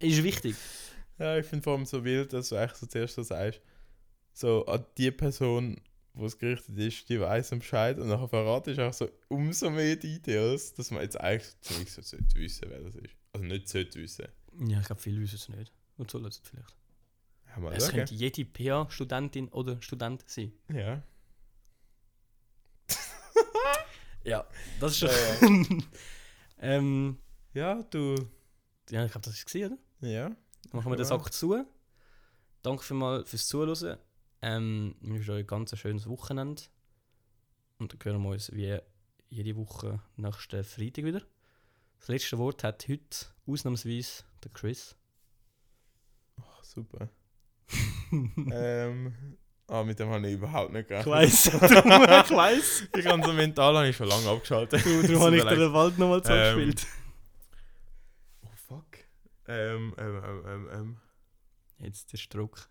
[SPEAKER 2] ist wichtig.
[SPEAKER 3] Ja, ich finde vor allem so wild, dass du eigentlich so zuerst so sagst, so an die Person, wo es gerichtet ist, die weiß am Bescheid und nachher verrate ich auch so umso mehr Details, dass man jetzt eigentlich so ziemlich so sollte wissen, wer das ist. Also nicht sollte wissen.
[SPEAKER 2] Ja, ich glaube, viele wissen es nicht. Und so es vielleicht.
[SPEAKER 3] Ja, mal
[SPEAKER 2] Es
[SPEAKER 3] schauen.
[SPEAKER 2] könnte jede PA-Studentin oder Student sein.
[SPEAKER 3] Ja.
[SPEAKER 2] Ja, das ist
[SPEAKER 3] Ja,
[SPEAKER 2] schon. ähm,
[SPEAKER 3] Ja, du.
[SPEAKER 2] ja, ich glaube, das ist gesehen, oder?
[SPEAKER 3] Ja.
[SPEAKER 2] Dann machen wir den
[SPEAKER 3] Ja.
[SPEAKER 2] Sack zu. Danke vielmals fürs Zuhören. Ähm, wir wünschen euch ein ganz schönes Wochenende. Und dann hören wir uns wie jede Woche nächsten Freitag wieder. Das letzte Wort hat heute ausnahmsweise der Chris.
[SPEAKER 3] Ach, super. ähm. Ah, mit dem habe ich überhaupt nicht gerechnet.
[SPEAKER 2] weiß, ich weiß.
[SPEAKER 3] Ich habe so mental habe ich schon lange abgeschaltet.
[SPEAKER 2] Darum
[SPEAKER 3] habe ich dir den
[SPEAKER 2] Wald nochmal
[SPEAKER 3] zugespielt. Oh fuck. Ähm, ähm, ähm, ähm, ähm.
[SPEAKER 2] Jetzt der Druck.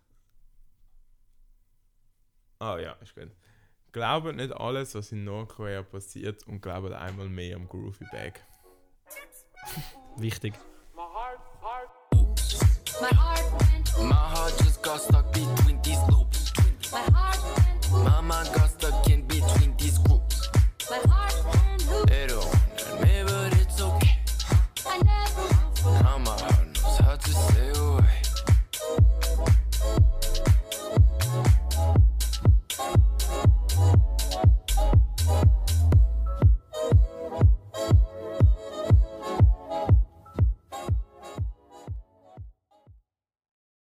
[SPEAKER 3] Ah ja, ist gut. Glaubt nicht alles, was in Nordkorea passiert und glaubt einmal mehr am Groovy Bag.
[SPEAKER 2] Wichtig.
[SPEAKER 4] My heart went,
[SPEAKER 5] My heart just got stuck between these loops.
[SPEAKER 4] my heart went,
[SPEAKER 5] My mind got